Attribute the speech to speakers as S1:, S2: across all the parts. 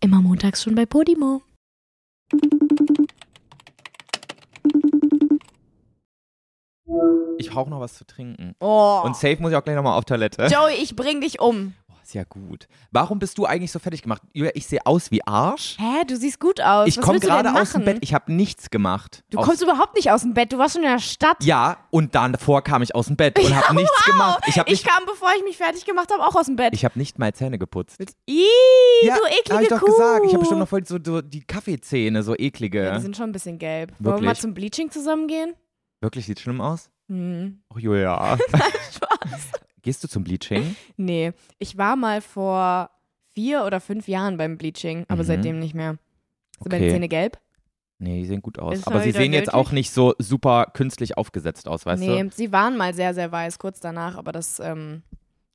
S1: Immer montags schon bei Podimo.
S2: Ich brauche noch was zu trinken.
S3: Oh.
S2: Und safe muss ich auch gleich nochmal auf Toilette.
S3: Joey, ich bring dich um.
S2: Oh, ist ja gut. Warum bist du eigentlich so fertig gemacht? Julia, ich sehe aus wie Arsch.
S3: Hä, du siehst gut aus.
S2: Ich
S3: Was
S2: komme
S3: willst du denn
S2: gerade aus dem
S3: machen?
S2: Bett. Ich habe nichts gemacht.
S3: Du
S2: Aus-
S3: kommst überhaupt nicht aus dem Bett. Du warst schon in der Stadt.
S2: Ja, und dann davor kam ich aus dem Bett und habe nichts gemacht. Ich habe
S3: ich
S2: nicht,
S3: kam, bevor ich mich fertig gemacht habe, auch aus dem Bett.
S2: ich hab nicht mal Zähne geputzt.
S3: Ih,
S2: ja,
S3: du
S2: hab ich
S3: eklige
S2: doch
S3: Kuh.
S2: gesagt. Ich habe bestimmt noch voll so, so die Kaffeezähne, so eklige.
S3: Ja, die sind schon ein bisschen gelb. Wollen wir mal
S2: Wirklich.
S3: zum Bleaching zusammen gehen?
S2: Wirklich, sieht schlimm aus?
S3: Hm.
S2: Oh, Julia. Gehst du zum Bleaching?
S3: Nee, ich war mal vor vier oder fünf Jahren beim Bleaching, aber
S2: Mhm.
S3: seitdem nicht mehr. Sind meine
S2: Okay.
S3: Zähne gelb?
S2: Nee, die sehen gut aus.
S3: Ist
S2: Aber
S3: mal
S2: sie
S3: wieder
S2: sehen jetzt
S3: nötig.
S2: auch nicht so super künstlich aufgesetzt aus, weißt
S3: nee,
S2: du?
S3: sie waren mal sehr, sehr weiß, kurz danach, aber das, ähm,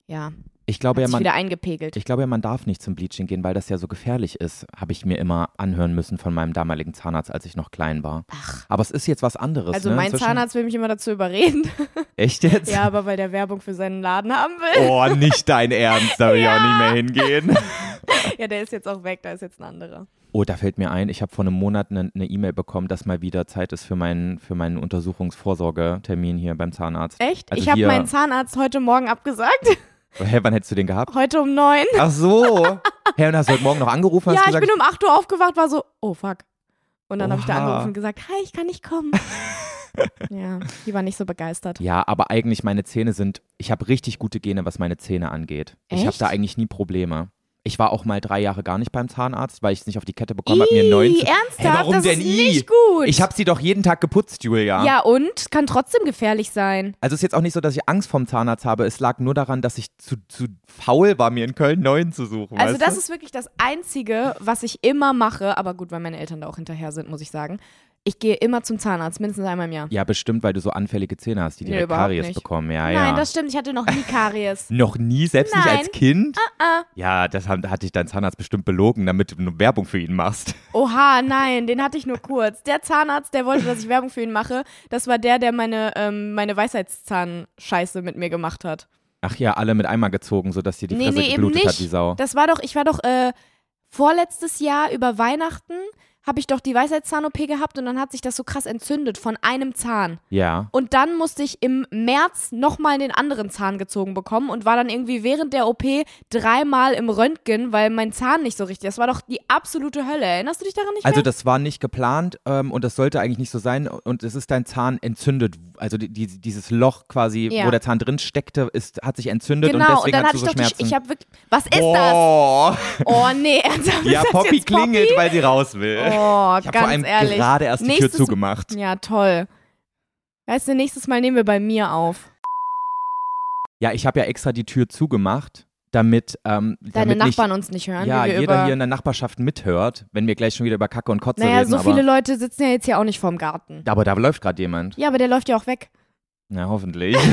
S3: ja,
S2: Ich
S3: hat
S2: glaube, ja,
S3: sich
S2: man,
S3: wieder eingepegelt.
S2: ich glaube ja, man darf nicht zum Bleaching gehen, weil das ja so gefährlich ist, habe ich mir immer anhören müssen von meinem damaligen Zahnarzt, als ich noch klein war. Aber es ist jetzt was anderes.
S3: Also
S2: ne?
S3: mein
S2: Inzwischen-
S3: Zahnarzt will mich immer dazu überreden.
S2: Echt jetzt?
S3: ja, aber weil der Werbung für seinen Laden haben will.
S2: Oh, nicht dein Ernst, da will ich auch nicht mehr hingehen.
S3: Ja, der ist jetzt auch weg, da ist jetzt ein anderer.
S2: Oh, da fällt mir ein, ich habe vor einem Monat eine eine E-Mail bekommen, dass mal wieder Zeit ist für meinen, für meinen Untersuchungsvorsorgetermin hier beim Zahnarzt.
S3: Echt?
S2: Also
S3: ich habe
S2: hier-
S3: meinen Zahnarzt heute Morgen abgesagt.
S2: Hä, wann hättest du den gehabt?
S3: Heute um neun.
S2: Ach so. Hä, und hast du heute Morgen noch angerufen?
S3: Ja, ich
S2: hast gesagt,
S3: bin um 8 Uhr aufgewacht, war so, oh fuck. Und dann habe ich da
S2: Oha.
S3: angerufen und gesagt, hi, ich kann nicht kommen. ja, die war nicht so begeistert.
S2: Ja, aber eigentlich meine Zähne sind, ich habe richtig gute Gene, was meine Zähne angeht. Ich habe
S3: Echt?
S2: da eigentlich nie Probleme. Ich war auch mal drei Jahre gar nicht beim Zahnarzt, weil ich es nicht auf die Kette bekommen habe, mir einen neuen
S3: Ih,
S2: zu-
S3: ernsthaft?
S2: Hä, warum
S3: das
S2: denn
S3: ist
S2: i?
S3: nicht gut.
S2: Ich habe sie doch jeden Tag geputzt, Julia.
S3: ja, und? Kann trotzdem gefährlich sein.
S2: Also es ist jetzt auch nicht so, dass ich Angst vom Zahnarzt habe. Es lag nur daran, dass ich zu, zu faul war, mir in Köln einen neuen zu suchen.
S3: Also
S2: weißt
S3: das
S2: du?
S3: ist wirklich das Einzige, was ich immer mache, aber gut, weil meine Eltern da auch hinterher sind, muss ich sagen. Ich gehe immer zum Zahnarzt, mindestens einmal im Jahr.
S2: ja, bestimmt, weil du so anfällige Zähne hast, die
S3: Nee,
S2: direkt
S3: überhaupt
S2: Karies
S3: nicht.
S2: bekommen. Ja, ja.
S3: Nein, das stimmt, ich hatte noch nie Karies.
S2: Noch nie, selbst nicht
S3: Nein.
S2: als Kind?
S3: Ah,
S2: Ja, das haben, hatte ich dein Zahnarzt bestimmt belogen, damit du eine Werbung für ihn machst.
S3: Oha, nein, den hatte ich nur kurz. Der Zahnarzt, der wollte, dass ich Werbung für ihn mache, das war der, der meine, ähm, meine Weisheitszahnscheiße mit mir gemacht hat.
S2: Ach ja, alle mit einmal gezogen, sodass dir die
S3: Nee,
S2: Fresse
S3: nee, eben
S2: geblutet hat,
S3: nicht.
S2: die Sau.
S3: Das war doch, ich war doch äh, vorletztes Jahr über Weihnachten, habe ich doch die Weisheitszahn-OP gehabt und dann hat sich das so krass entzündet von einem Zahn.
S2: Ja.
S3: Und dann musste ich im März nochmal den anderen Zahn gezogen bekommen und war dann irgendwie während der OP dreimal im Röntgen, weil mein Zahn nicht so richtig. Das war doch die absolute Hölle. Erinnerst du dich daran nicht
S2: Also
S3: mehr?
S2: das war nicht geplant ähm, und das sollte eigentlich nicht so sein und es ist dein Zahn entzündet. Also die, die, dieses Loch quasi,
S3: Ja.
S2: wo der Zahn drin steckte, ist, hat sich entzündet und
S3: Genau,
S2: deswegen
S3: dann
S2: hast
S3: hatte
S2: du
S3: ich
S2: so
S3: doch die,
S2: Schmerzen.
S3: Sch- ich habe wirklich, was ist
S2: Boah.
S3: das? Oh nee, ernsthaft, ist
S2: Ja,
S3: das
S2: Poppy
S3: jetzt Poppy?
S2: klingelt, weil sie raus will.
S3: Oh,
S2: ich habe vor
S3: ganz
S2: allem
S3: ehrlich.
S2: gerade erst die
S3: nächstes,
S2: Tür zugemacht.
S3: Ja, toll. Weißt du, nächstes Mal nehmen wir bei mir auf.
S2: Ja, ich habe ja extra die Tür zugemacht, damit ähm,
S3: Deine
S2: damit
S3: Nachbarn uns nicht hören,
S2: nicht, ja
S3: wie wir
S2: jeder
S3: über
S2: hier in der Nachbarschaft mithört, wenn wir gleich schon wieder über Kacke und Kotze
S3: Naja,
S2: reden.
S3: so
S2: aber,
S3: viele Leute sitzen ja jetzt hier auch nicht vorm Garten.
S2: aber da läuft gerade jemand.
S3: Ja, aber der läuft ja auch weg.
S2: Na hoffentlich.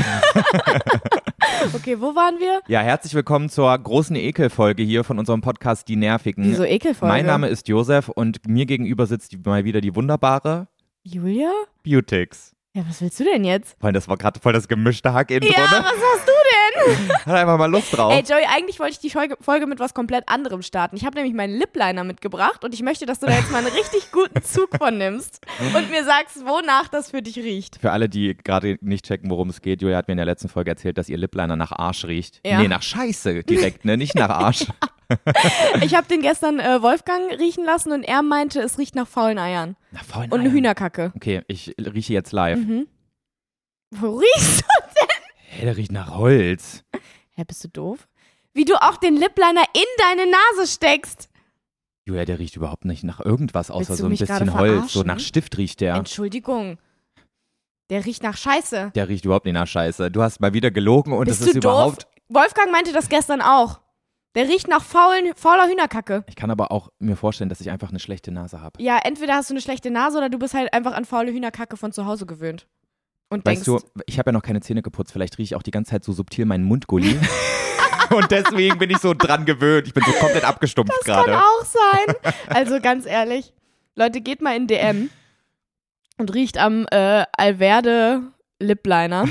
S3: Okay, wo waren wir?
S2: Ja, herzlich willkommen zur großen Ekelfolge hier von unserem Podcast Die Nervigen.
S3: Wieso Ekelfolge?
S2: Mein Name ist Josef und mir gegenüber sitzt die- mal wieder die wunderbare
S3: Julia?
S2: Beautix.
S3: Ja, was willst du denn jetzt?
S2: Weil das war gerade voll das gemischte Hack in
S3: Ja, was hast du denn?
S2: Hat einfach mal Lust drauf.
S3: Ey, Joey, eigentlich wollte ich die Folge, Folge mit was komplett anderem starten. Ich habe nämlich meinen Lipliner mitgebracht und ich möchte, dass du da jetzt mal einen richtig guten Zug von nimmst und mir sagst, wonach das für dich riecht.
S2: Für alle, die gerade nicht checken, worum es geht, Julia hat mir in der letzten Folge erzählt, dass ihr Lipliner nach Arsch riecht.
S3: Ja.
S2: Nee, nach Scheiße direkt, ne? Nicht nach Arsch.
S3: Ich habe den gestern äh, Wolfgang riechen lassen und er meinte, es riecht nach faulen Eiern
S2: Na, voll
S3: und Mhm.
S2: nein.
S3: Hühnerkacke.
S2: Okay, ich rieche jetzt live.
S3: Wo riechst du?
S2: Hey, der riecht nach Holz.
S3: Hä, bist du doof? Wie du auch den Lipliner in deine Nase steckst.
S2: Julia, der riecht überhaupt nicht nach irgendwas, außer
S3: Willst du
S2: so ein
S3: mich gerade
S2: bisschen Holz. So
S3: verarschen?
S2: nach Stift riecht der.
S3: Entschuldigung. Der riecht nach Scheiße.
S2: Der riecht überhaupt nicht nach Scheiße. Du hast mal wieder gelogen und
S3: Bist
S2: das ist
S3: du
S2: überhaupt.
S3: doof? Wolfgang meinte das gestern auch. Der riecht nach faulen, fauler Hühnerkacke.
S2: Ich kann aber auch mir vorstellen, dass ich einfach eine schlechte Nase habe.
S3: Ja, entweder hast du eine schlechte Nase oder du bist halt einfach an faule Hühnerkacke von zu Hause gewöhnt. Und
S2: Weißt du,
S3: denkst,
S2: ich habe ja noch keine Zähne geputzt. Vielleicht rieche ich auch die ganze Zeit so subtil meinen Mundgulli. und deswegen bin ich so dran gewöhnt. Ich bin so komplett abgestumpft
S3: kann auch sein. Also ganz ehrlich, Leute, geht mal in DM und riecht am äh, Alverde Lipliner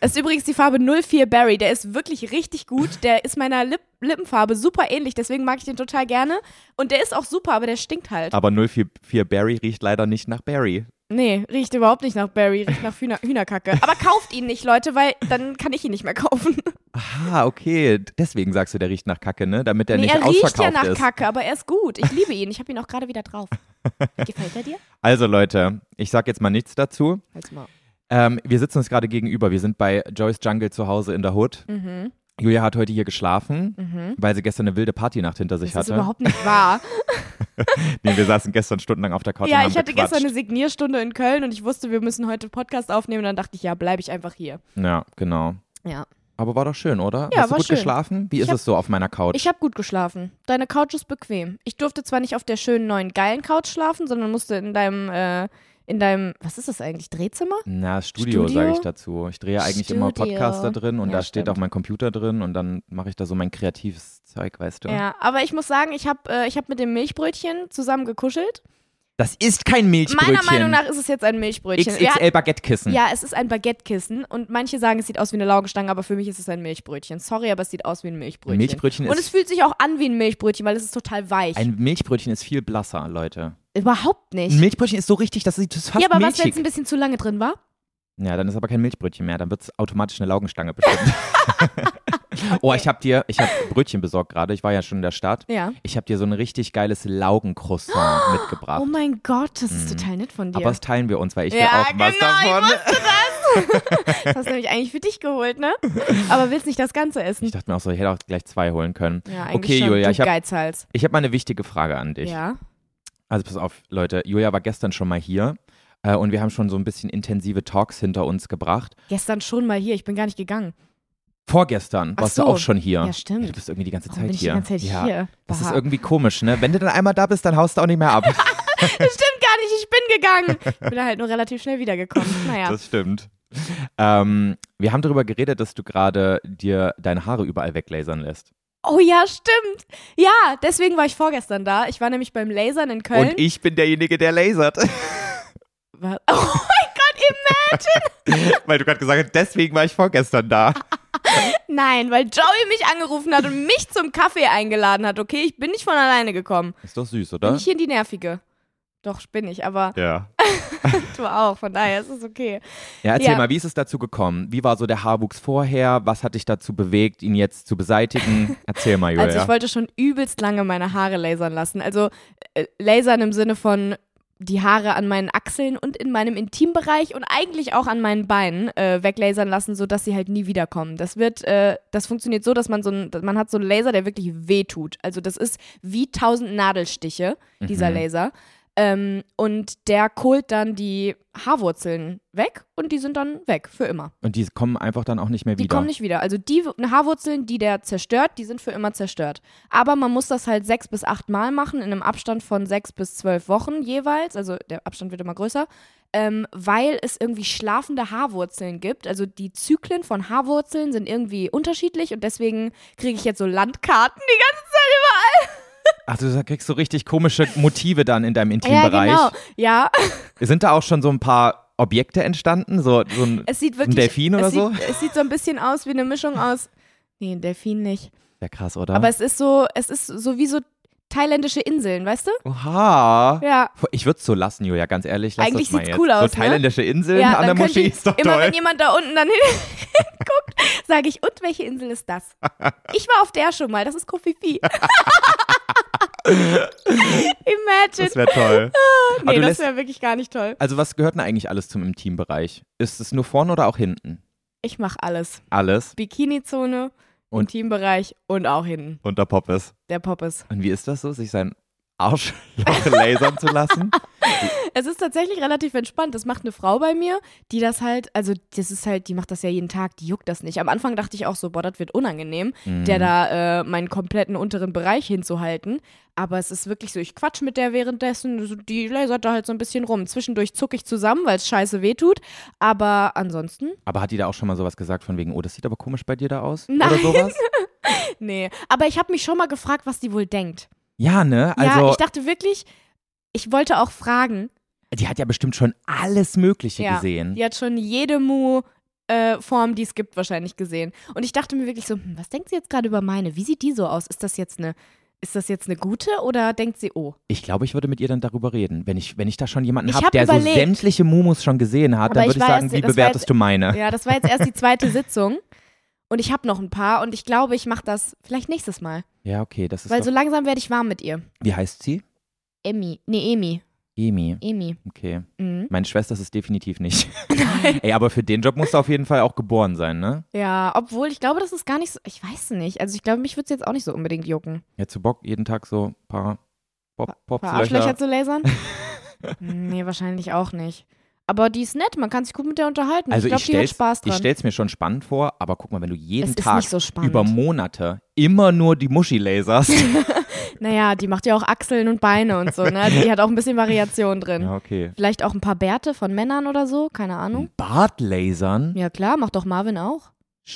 S3: Es ist übrigens die Farbe 04 Berry. Der ist wirklich richtig gut. Der ist meiner Lip Lippenfarbe super ähnlich. Deswegen mag ich den total gerne. Und der ist auch super, aber der stinkt halt.
S2: Aber 044 Barry riecht leider nicht nach Barry.
S3: Nee, riecht überhaupt nicht nach Berry. Riecht nach Hühner Hühnerkacke. Aber kauft ihn nicht, Leute, weil dann kann ich ihn nicht mehr kaufen.
S2: Aha, okay. Deswegen sagst du, der riecht nach Kacke, ne? Damit der
S3: Nee,
S2: nicht
S3: er riecht
S2: ausverkauft
S3: ja nach
S2: ist.
S3: Kacke, aber er ist gut. Ich liebe ihn. Ich habe ihn auch gerade wieder drauf. Gefällt er dir?
S2: Also Leute, ich sag jetzt mal nichts dazu.
S3: Halt's mal.
S2: Ähm, wir sitzen uns gerade gegenüber. Wir sind bei Joyce Jungle zu Hause in der Hood.
S3: Mhm.
S2: Julia hat heute hier geschlafen, weil sie gestern eine wilde Partynacht hinter sich
S3: Das ist
S2: hatte.
S3: überhaupt nicht wahr.
S2: Nee, wir saßen gestern stundenlang auf der Couch und
S3: ja,
S2: haben
S3: ich hatte
S2: gequatscht.
S3: gestern eine Signierstunde in Köln und ich wusste, wir müssen heute Podcast aufnehmen. Und dann dachte ich, ja, bleibe ich einfach hier.
S2: Ja, genau.
S3: Ja.
S2: Aber war doch schön, oder?
S3: Ja,
S2: Hast du
S3: war
S2: gut
S3: schön.
S2: geschlafen? Wie ist
S3: hab-
S2: es so auf meiner Couch?
S3: Ich habe gut geschlafen. Deine Couch ist bequem. Ich durfte zwar nicht auf der schönen neuen geilen Couch schlafen, sondern musste in deinem, äh, in deinem, was ist das eigentlich, Drehzimmer?
S2: Na, Studio,
S3: Studio?
S2: sage ich dazu. Ich drehe eigentlich immer
S3: Studio.
S2: Podcasts da drin und
S3: Ja,
S2: da steht
S3: stimmt.
S2: auch mein Computer drin und dann mache ich da so mein kreatives Zeug, weißt du?
S3: Ja, aber ich muss sagen, ich habe äh, ich hab mit dem Milchbrötchen zusammen gekuschelt.
S2: Das ist kein Milchbrötchen.
S3: Meiner Meinung nach ist es jetzt ein Milchbrötchen. Wir hatten-
S2: XXL Baguettekissen.
S3: ja, es ist ein Baguettekissen und manche sagen, es sieht aus wie eine Laugenstange, aber für mich ist es ein Milchbrötchen. Sorry, aber es sieht aus wie ein Milchbrötchen.
S2: Milchbrötchen
S3: und
S2: ist-
S3: es fühlt sich auch an wie ein Milchbrötchen, weil es ist total weich.
S2: Ein Milchbrötchen ist viel blasser, Leute.
S3: Überhaupt nicht.
S2: Ein Milchbrötchen ist so richtig, das sieht das ist fast
S3: ja, aber was, wenn
S2: milchig.
S3: es ein bisschen zu lange drin war?
S2: ja, dann ist aber kein Milchbrötchen mehr, dann wird es automatisch eine Laugenstange bestimmt. Oh, ich habe dir, ich habe Brötchen besorgt gerade, ich war ja schon in der Stadt.
S3: Ja.
S2: Ich habe dir so ein richtig geiles Laugencroissant mitgebracht.
S3: Oh mein Gott, das ist total nett von dir.
S2: Mhm. aber das teilen wir uns, weil ich will
S3: Ja,
S2: auch was
S3: genau, ich
S2: davon.
S3: das hast du nämlich eigentlich für dich geholt, ne? Aber willst nicht das Ganze essen?
S2: Ich dachte mir auch so, ich hätte auch gleich zwei holen können.
S3: Ja, eigentlich
S2: okay,
S3: schon.
S2: Julia,
S3: du
S2: ich habe
S3: Geizhals.
S2: ich hab mal eine wichtige Frage an dich.
S3: Ja.
S2: Also pass auf, Leute, Julia war gestern schon mal hier äh, und wir haben schon so ein bisschen intensive Talks hinter uns gebracht.
S3: Gestern schon mal hier, ich bin gar nicht gegangen.
S2: Vorgestern
S3: Ach
S2: warst
S3: so.
S2: du auch schon hier.
S3: Ja, stimmt.
S2: du bist irgendwie die ganze
S3: Warum
S2: Zeit
S3: bin ich die
S2: hier.
S3: ganze Zeit
S2: ja.
S3: hier?
S2: Das ist
S3: Bah.
S2: irgendwie komisch, ne? Wenn du dann einmal da bist, dann haust du auch nicht mehr ab.
S3: Das stimmt gar nicht, ich bin gegangen. Ich bin da halt nur relativ schnell wiedergekommen. Naja.
S2: Das stimmt. Ähm, wir haben darüber geredet, dass du gerade dir deine Haare überall weglasern lässt.
S3: Oh ja, stimmt. Ja, deswegen war ich vorgestern da. Ich war nämlich beim Lasern in Köln.
S2: Und ich bin derjenige, der lasert.
S3: Wa- oh mein Gott, eben.
S2: Weil du gerade gesagt hast, deswegen war ich vorgestern da.
S3: Nein, weil Joey mich angerufen hat und mich zum Kaffee eingeladen hat, okay? Ich bin nicht von alleine gekommen.
S2: Ist doch süß,
S3: Bin
S2: oder?
S3: ich hier die Nervige? Doch, bin ich, aber
S2: Ja.
S3: du auch, von daher ist es okay.
S2: Ja, erzähl
S3: Ja.
S2: mal, wie ist es dazu gekommen? Wie war so der Haarwuchs vorher? Was hat dich dazu bewegt, ihn jetzt zu beseitigen? Erzähl mal, Julia.
S3: Also ich wollte schon übelst lange meine Haare lasern lassen. Also äh, lasern im Sinne von die Haare an meinen Achseln und in meinem Intimbereich und eigentlich auch an meinen Beinen äh, weglasern lassen, sodass sie halt nie wiederkommen. Das wird, äh, das funktioniert so, dass man so ein, dass man hat so einen Laser, der wirklich wehtut. Also das ist wie tausend Nadelstiche, dieser
S2: Mhm.
S3: Laser. Ähm, und der kohlt dann die Haarwurzeln weg und die sind dann weg für immer.
S2: Und die kommen einfach dann auch nicht mehr
S3: Die
S2: wieder.
S3: kommen nicht wieder. Also die W- Haarwurzeln, die der zerstört, die sind für immer zerstört. Aber man muss das halt sechs bis acht Mal machen, in einem Abstand von sechs bis zwölf Wochen jeweils. Also der Abstand wird immer größer. Ähm, weil es irgendwie schlafende Haarwurzeln gibt. Also die Zyklen von Haarwurzeln sind irgendwie unterschiedlich und deswegen kriege ich jetzt so Landkarten die ganze
S2: Ach, du sag- kriegst so richtig komische Motive dann in deinem
S3: Ja,
S2: Intimbereich.
S3: genau. Ja,
S2: Sind da auch schon so ein paar Objekte entstanden? So, so ein,
S3: es sieht
S2: ein
S3: wirklich.
S2: Delfin oder
S3: es
S2: so?
S3: Sieht, es sieht so ein bisschen aus wie eine Mischung aus. Nee, ein Delfin nicht.
S2: Ja, krass, oder?
S3: Aber es ist so, es ist so wie so thailändische Inseln, weißt du?
S2: Oha.
S3: Ja.
S2: Ich würde es so lassen, Julia, ganz ehrlich. Lass
S3: Eigentlich
S2: das mal
S3: sieht's
S2: jetzt.
S3: cool aus,
S2: So
S3: ne?
S2: thailändische Inseln an der
S3: dann könnt
S2: Moschee
S3: ihr-
S2: ist doch
S3: immer
S2: toll.
S3: wenn jemand da unten dann hinguckt, sage ich, und welche Insel ist das? Ich war auf der schon mal, das ist Kofifi. Imagine.
S2: Das wäre toll. Aber
S3: nee,
S2: du
S3: das
S2: lässt,
S3: wäre wirklich gar nicht toll.
S2: also was gehört denn eigentlich alles zum Intimbereich? Ist es nur vorne oder auch hinten?
S3: Ich mache alles.
S2: Alles.
S3: Bikini-Zone,
S2: Und-
S3: Intimbereich und auch hinten.
S2: Und der Pop ist.
S3: Der Pop ist.
S2: Und wie ist das so, sich sein Arschloch lasern zu lassen?
S3: Es ist tatsächlich relativ entspannt. Das macht eine Frau bei mir, die das halt, also das ist halt, die macht das ja jeden Tag, die juckt das nicht. Am Anfang dachte ich auch so, boah, das wird unangenehm,
S2: Mhm.
S3: der da äh, meinen kompletten unteren Bereich hinzuhalten. Aber es ist wirklich so, ich quatsch mit der währenddessen, so, die lasert da halt so ein bisschen rum. Zwischendurch zucke ich zusammen, weil es scheiße wehtut. Aber ansonsten,
S2: Mm. Aber hat die da auch schon mal sowas gesagt von wegen, oh, das sieht aber komisch bei dir da aus?
S3: Nein.
S2: Oder sowas?
S3: nee. Aber ich habe mich schon mal gefragt, was die wohl denkt.
S2: Ja, ne?
S3: ja,
S2: Also,
S3: ich dachte wirklich, ich wollte auch fragen.
S2: die hat ja bestimmt schon alles Mögliche
S3: Ja,
S2: gesehen.
S3: Die hat schon jede Mu, äh, Formen, die es gibt, wahrscheinlich gesehen. Und ich dachte mir wirklich so, hm, was denkt sie jetzt gerade über meine? Wie sieht die so aus? Ist das jetzt eine, ist das jetzt eine gute oder denkt sie, oh?
S2: Ich glaube, ich würde mit ihr dann darüber reden. Wenn ich, wenn ich da schon jemanden
S3: Ich
S2: habe,
S3: hab
S2: der so
S3: überlegt.
S2: sämtliche Mumus schon gesehen hat,
S3: Aber
S2: dann
S3: ich
S2: würde ich
S3: war
S2: sagen,
S3: erst-
S2: wie
S3: das war
S2: bewertest
S3: jetzt-
S2: du meine?
S3: Ja, das war jetzt erst die zweite Sitzung. Und ich habe noch ein paar und ich glaube, ich mache das vielleicht nächstes Mal.
S2: Ja, okay, das ist
S3: Weil
S2: doch,
S3: so langsam werde ich warm mit ihr.
S2: Wie heißt sie?
S3: Emmy. Nee, Emi.
S2: Emi.
S3: Emi.
S2: Okay.
S3: Mhm.
S2: Meine Schwester ist es definitiv nicht. Ey, aber für den Job musst du auf jeden Fall auch geboren sein, ne?
S3: Ja, obwohl ich glaube, das ist gar nicht so. Ich weiß nicht. Also ich glaube, mich würde es jetzt auch nicht so unbedingt jucken.
S2: Jetzt so Bock, jeden Tag so ein paar Pop, Pop
S3: Paar Arschlöcher zu lasern? nee, wahrscheinlich auch nicht. Aber die ist nett, man kann sich gut mit der unterhalten.
S2: Also
S3: ich glaube,
S2: ich,
S3: die hat
S2: stell's,
S3: Spaß dran.
S2: ich stell's mir schon spannend vor, aber guck mal, wenn du jeden
S3: es ist
S2: Tag
S3: nicht so spannend.
S2: über Monate immer nur die Muschi laserst.
S3: naja, die macht ja auch Achseln und Beine und so, ne? Also Die hat auch ein bisschen Variation drin.
S2: ja, okay.
S3: Vielleicht auch ein paar Bärte von Männern oder so, keine Ahnung.
S2: Ein Bart lasern?
S3: Hm? Ja klar, macht doch Marvin auch.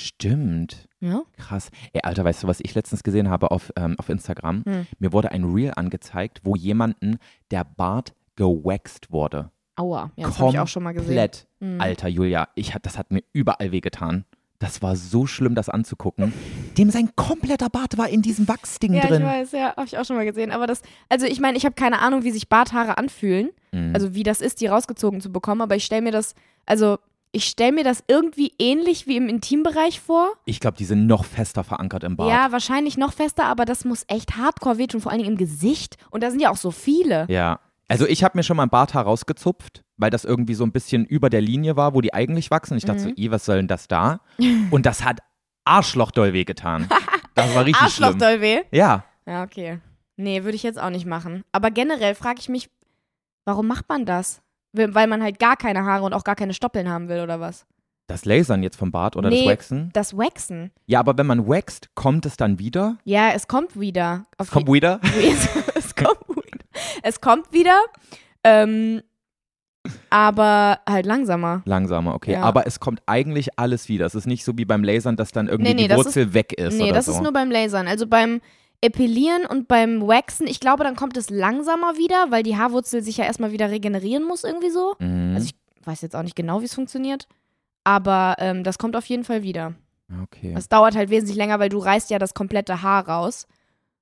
S2: Stimmt.
S3: Ja.
S2: Krass. Ey, Alter, weißt du, was ich letztens gesehen habe auf, ähm, auf Instagram?
S3: Hm.
S2: Mir wurde ein Reel angezeigt, wo jemanden der Bart gewaxt wurde.
S3: Aua, ja, das habe
S2: Komplett.
S3: ich auch schon mal gesehen. Hm.
S2: Alter, Julia, ich hat, das hat mir überall wehgetan. Das war so schlimm, das anzugucken. Dem sein kompletter Bart war in diesem Wachsding
S3: Ja, ich
S2: drin.
S3: weiß, ja, habe ich auch schon mal gesehen. Aber das, also ich meine, ich habe keine Ahnung, wie sich Barthaare anfühlen.
S2: Mhm.
S3: Also wie das ist, die rausgezogen zu bekommen. Aber ich stelle mir das, also ich stelle mir das irgendwie ähnlich wie im Intimbereich vor.
S2: ich glaube, die sind noch fester verankert im Bart.
S3: Ja, wahrscheinlich noch fester, aber das muss echt hardcore wehtun, vor allen Dingen im Gesicht. Und da sind ja auch so viele.
S2: Ja. Also ich habe mir schon mal ein Barthaar rausgezupft, weil das irgendwie so ein bisschen über der Linie war, wo die eigentlich wachsen. Ich dachte
S3: Mhm.
S2: so, "Ih, was soll denn das da? Und das hat Arschlochdoll wehgetan. Das war richtig
S3: Arschloch
S2: schlimm.
S3: doll weh.
S2: Ja,
S3: Ja, okay. Nee, würde ich jetzt auch nicht machen. Aber generell frage ich mich, warum macht man das? Weil weil man halt gar keine Haare und auch gar keine Stoppeln haben will oder was?
S2: das Lasern jetzt vom Bart oder
S3: Nee.
S2: das Waxen.
S3: Das Waxen.
S2: Ja, aber wenn man waxt, kommt es dann wieder?
S3: Ja, es kommt wieder. Auf
S2: Es kommt wieder?
S3: je- es, es kommt wieder. Es kommt wieder. Ähm, aber halt langsamer.
S2: Langsamer, okay.
S3: Ja.
S2: Aber es kommt eigentlich alles wieder. Es ist nicht so wie beim Lasern, dass dann irgendwie
S3: Nee, nee,
S2: die
S3: das
S2: Wurzel weg ist
S3: nee,
S2: oder
S3: das
S2: so.
S3: ist nur beim Lasern. Also beim Epilieren und beim Waxen, ich glaube, dann kommt es langsamer wieder, weil die Haarwurzel sich ja erstmal wieder regenerieren muss irgendwie so.
S2: mhm.
S3: Also ich weiß jetzt auch nicht genau, wie es funktioniert. Aber ähm, das kommt auf jeden Fall wieder.
S2: okay.
S3: Es dauert halt wesentlich länger, weil du reißt ja das komplette Haar raus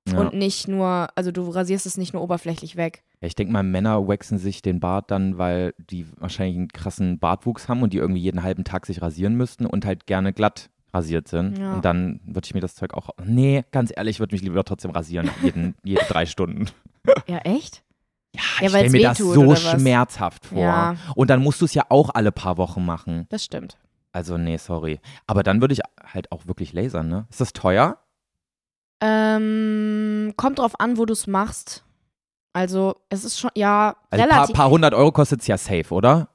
S2: Ja.
S3: und nicht nur, also du rasierst es nicht nur oberflächlich weg.
S2: Ja, ich denke mal, Männer waxen sich den Bart dann, weil die wahrscheinlich einen krassen Bartwuchs haben und die irgendwie jeden halben Tag sich rasieren müssten und halt gerne glatt rasiert sind.
S3: Ja.
S2: Und dann würde ich mir das Zeug auch. Nee, ganz ehrlich, würde mich lieber trotzdem rasieren, jeden, jede drei Stunden.
S3: Ja, echt?
S2: Ja,
S3: Ja,
S2: ich
S3: weil's
S2: stelle mir das
S3: wehtut,
S2: so
S3: oder was?
S2: schmerzhaft vor.
S3: Ja.
S2: Und dann musst du es ja auch alle paar Wochen machen.
S3: Das stimmt.
S2: Also, nee, sorry. Aber dann würde ich halt auch wirklich lasern, ne? Ist das teuer?
S3: Ähm, kommt drauf an, wo du es machst. Also, es ist schon, ja,
S2: Also, ein paar,
S3: relativ.
S2: paar hundert Euro kostet es ja safe, oder?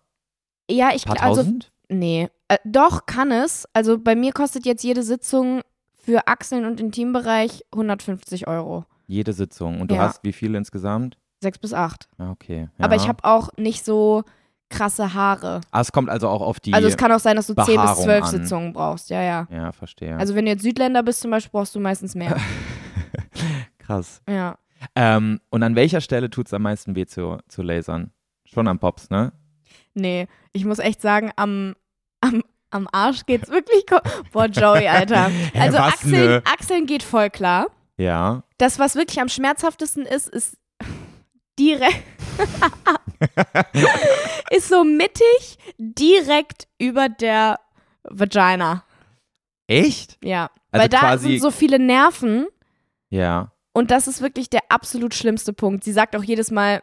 S3: ja, ich,
S2: Paar
S3: gl- also,
S2: tausend?
S3: nee. Äh, doch, kann es. Also, bei mir kostet jetzt jede Sitzung für Achseln und Intimbereich 150 Euro.
S2: Jede Sitzung. Und du
S3: Ja.
S2: hast wie viele insgesamt?
S3: Sechs bis acht.
S2: Ah, Okay.
S3: Aber
S2: ja.
S3: ich habe auch nicht so krasse Haare.
S2: Ah, es kommt also auch auf die.
S3: Also, es kann auch sein, dass du zehn bis
S2: Behaarung
S3: zwölf
S2: an.
S3: Sitzungen brauchst. Ja, ja.
S2: ja, verstehe.
S3: Also wenn du jetzt Südländer bist zum Beispiel, brauchst du meistens mehr.
S2: krass.
S3: ja.
S2: Ähm, und an welcher Stelle tut es am meisten weh zu, zu lasern? Schon am Pops, ne?
S3: Nee, ich muss echt sagen, am, am, am Arsch geht's wirklich. ko- Boah, Joey, Alter.
S2: Hä,
S3: Also
S2: was,
S3: Achseln,
S2: ne?
S3: Achseln geht voll klar.
S2: Ja.
S3: Das, was wirklich am schmerzhaftesten ist, ist direkt. ist so mittig, direkt über der Vagina.
S2: Echt?
S3: Ja.
S2: Also
S3: Weil da
S2: quasi-
S3: sind so viele Nerven.
S2: Ja.
S3: Und das ist wirklich der absolut schlimmste Punkt. Sie sagt auch jedes Mal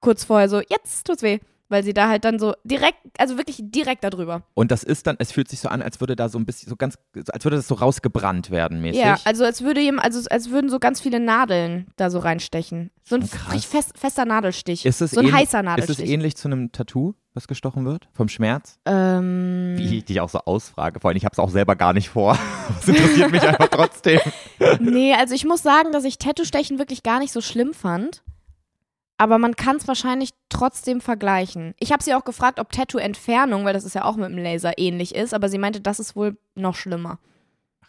S3: kurz vorher so, jetzt tut's weh. Weil sie da halt dann so direkt, also wirklich direkt darüber.
S2: Und das ist dann, es fühlt sich so an, als würde da so ein bisschen, so ganz, als würde das so rausgebrannt werden, mäßig.
S3: Ja, also als würde ihm, also als würden so ganz viele Nadeln da so reinstechen. So ein
S2: Krass.
S3: richtig fest, fester Nadelstich.
S2: Ist es
S3: so ein
S2: ähn-
S3: heißer
S2: ist es
S3: Nadelstich.
S2: ähnlich zu einem Tattoo, was gestochen wird? Vom Schmerz?
S3: ähm,
S2: Wie ich dich auch so ausfrage. Vor allem, ich habe es auch selber gar nicht vor. Das interessiert mich einfach trotzdem.
S3: nee, also ich muss sagen, dass ich Tattoo-Stechen wirklich gar nicht so schlimm fand. Aber man kann es wahrscheinlich trotzdem vergleichen. Ich habe sie auch gefragt, ob Tattoo-Entfernung, weil das ist ja auch mit dem Laser ähnlich ist, aber sie meinte, das ist wohl noch schlimmer.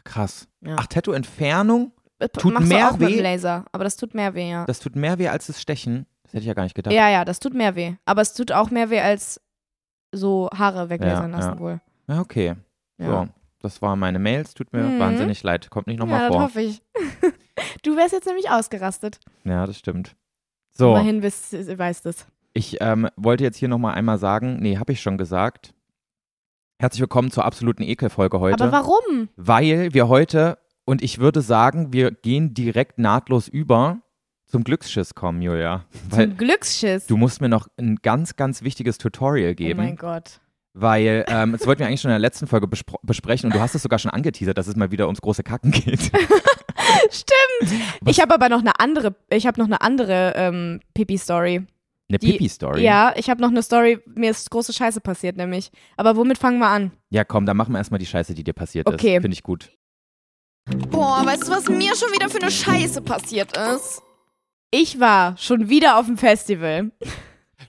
S2: Krass.
S3: Ja.
S2: Ach, Tattoo-Entfernung?
S3: Das
S2: Tut
S3: Äh, machst
S2: mehr
S3: du auch mit
S2: weh?
S3: dem Laser, aber das tut mehr weh, ja.
S2: Das tut mehr weh als das Stechen. Das hätte ich ja gar nicht gedacht.
S3: ja, ja, das tut mehr weh. Aber es tut auch mehr weh als so Haare weglasern
S2: Ja,
S3: lassen
S2: ja.
S3: wohl.
S2: Ja, okay.
S3: Ja.
S2: So, das waren meine Mails. Tut mir
S3: Mhm.
S2: wahnsinnig leid. Kommt nicht nochmal
S3: ja, das
S2: vor.
S3: hoffe ich. du wärst jetzt nämlich ausgerastet.
S2: Ja, das stimmt. So,
S3: Immerhin wisst, weißt es.
S2: ich ähm, wollte jetzt hier nochmal einmal sagen, nee, habe ich schon gesagt. Herzlich willkommen zur absoluten Ekelfolge heute.
S3: Aber warum?
S2: weil wir heute, und ich würde sagen, wir gehen direkt nahtlos über zum Glücksschiss kommen, Julia. Weil
S3: Zum Glücksschiss.
S2: du musst mir noch ein ganz, ganz wichtiges Tutorial
S3: oh mein
S2: geben,
S3: Gott.
S2: weil ähm, das wollten wir eigentlich schon in der letzten Folge bespro- besprechen und du hast es sogar schon angeteasert, dass es mal wieder ums große Kacken geht. Was?
S3: Ich habe aber noch eine andere, ich habe noch eine andere ähm, Pipi-Story.
S2: Eine
S3: Die-
S2: Pipi-Story.
S3: Ja, ich habe noch eine Story, mir ist große Scheiße passiert nämlich. Aber womit fangen wir an?
S2: Ja, komm, dann machen wir erstmal die Scheiße, die dir passiert
S3: Okay.
S2: ist. Finde ich gut.
S3: Boah, weißt du, was mir schon wieder für eine Scheiße passiert ist? Ich war schon wieder auf dem Festival.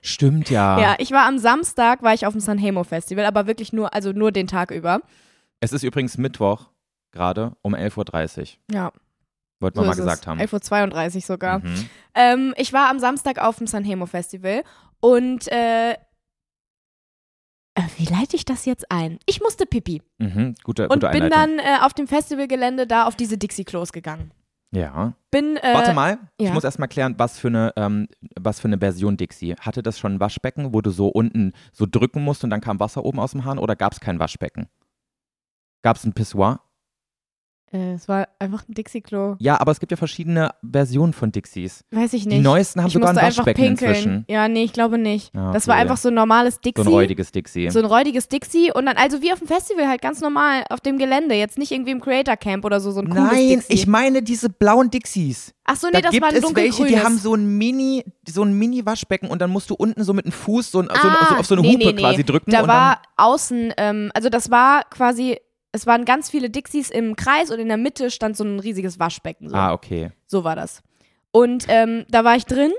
S2: Stimmt ja.
S3: Ja, ich war am Samstag, war ich auf dem Sanhemo Festival, aber wirklich nur, also nur den Tag über.
S2: Es ist übrigens Mittwoch, gerade um 11.30 Uhr.
S3: Ja,
S2: Wollten
S3: so
S2: wir mal
S3: ist es.
S2: gesagt haben.
S3: 11.32 Uhr sogar.
S2: Mhm.
S3: Ähm, ich war am Samstag auf dem Sanhemo Festival und äh, äh, wie leite ich das jetzt ein? Ich musste Pipi
S2: Mhm. Gute,
S3: und
S2: gute
S3: bin
S2: Einleitung.
S3: dann äh, auf dem Festivalgelände da auf diese Dixie-Klos gegangen.
S2: ja.
S3: Bin, äh,
S2: Warte mal, ich
S3: ja.
S2: muss erstmal klären, was für eine, ähm, was für eine Version Dixie. Hatte das schon ein Waschbecken, wo du so unten so drücken musst und dann kam Wasser oben aus dem Hahn oder gab es kein Waschbecken? Gab es ein Pissoir?
S3: Äh, es war einfach ein Dixie-Klo.
S2: Ja, aber es gibt ja verschiedene Versionen von Dixies.
S3: Weiß ich
S2: Die
S3: nicht.
S2: neuesten haben
S3: ich
S2: sogar ein
S3: musste einfach
S2: Waschbecken
S3: pinkeln.
S2: inzwischen.
S3: Ja, nee, ich glaube nicht.
S2: Ah,
S3: Das war
S2: okay.
S3: einfach so ein normales Dixie.
S2: So ein räudiges Dixie.
S3: so ein räudiges Dixie und dann, also wie auf dem Festival halt ganz normal, auf dem Gelände, jetzt nicht irgendwie im Creator Camp oder so, so ein cooles
S2: Nein,
S3: Dixie.
S2: ich meine diese blauen Dixies.
S3: Ach so, nee,
S2: da
S3: das
S2: gibt
S3: war ein
S2: es welche, die
S3: dunkelgrünes.
S2: haben so ein Mini, so ein Mini-Waschbecken und dann musst du unten so mit dem Fuß so, ein, so, ein,
S3: Ah,
S2: so auf so eine
S3: nee,
S2: Hupe
S3: nee, nee.
S2: quasi drücken.
S3: Da
S2: und
S3: war außen, ähm, also das war quasi, es waren ganz viele Dixies im Kreis und in der Mitte stand so ein riesiges Waschbecken. So,
S2: dann, ah, okay.
S3: so war das. Und ähm, da war ich drin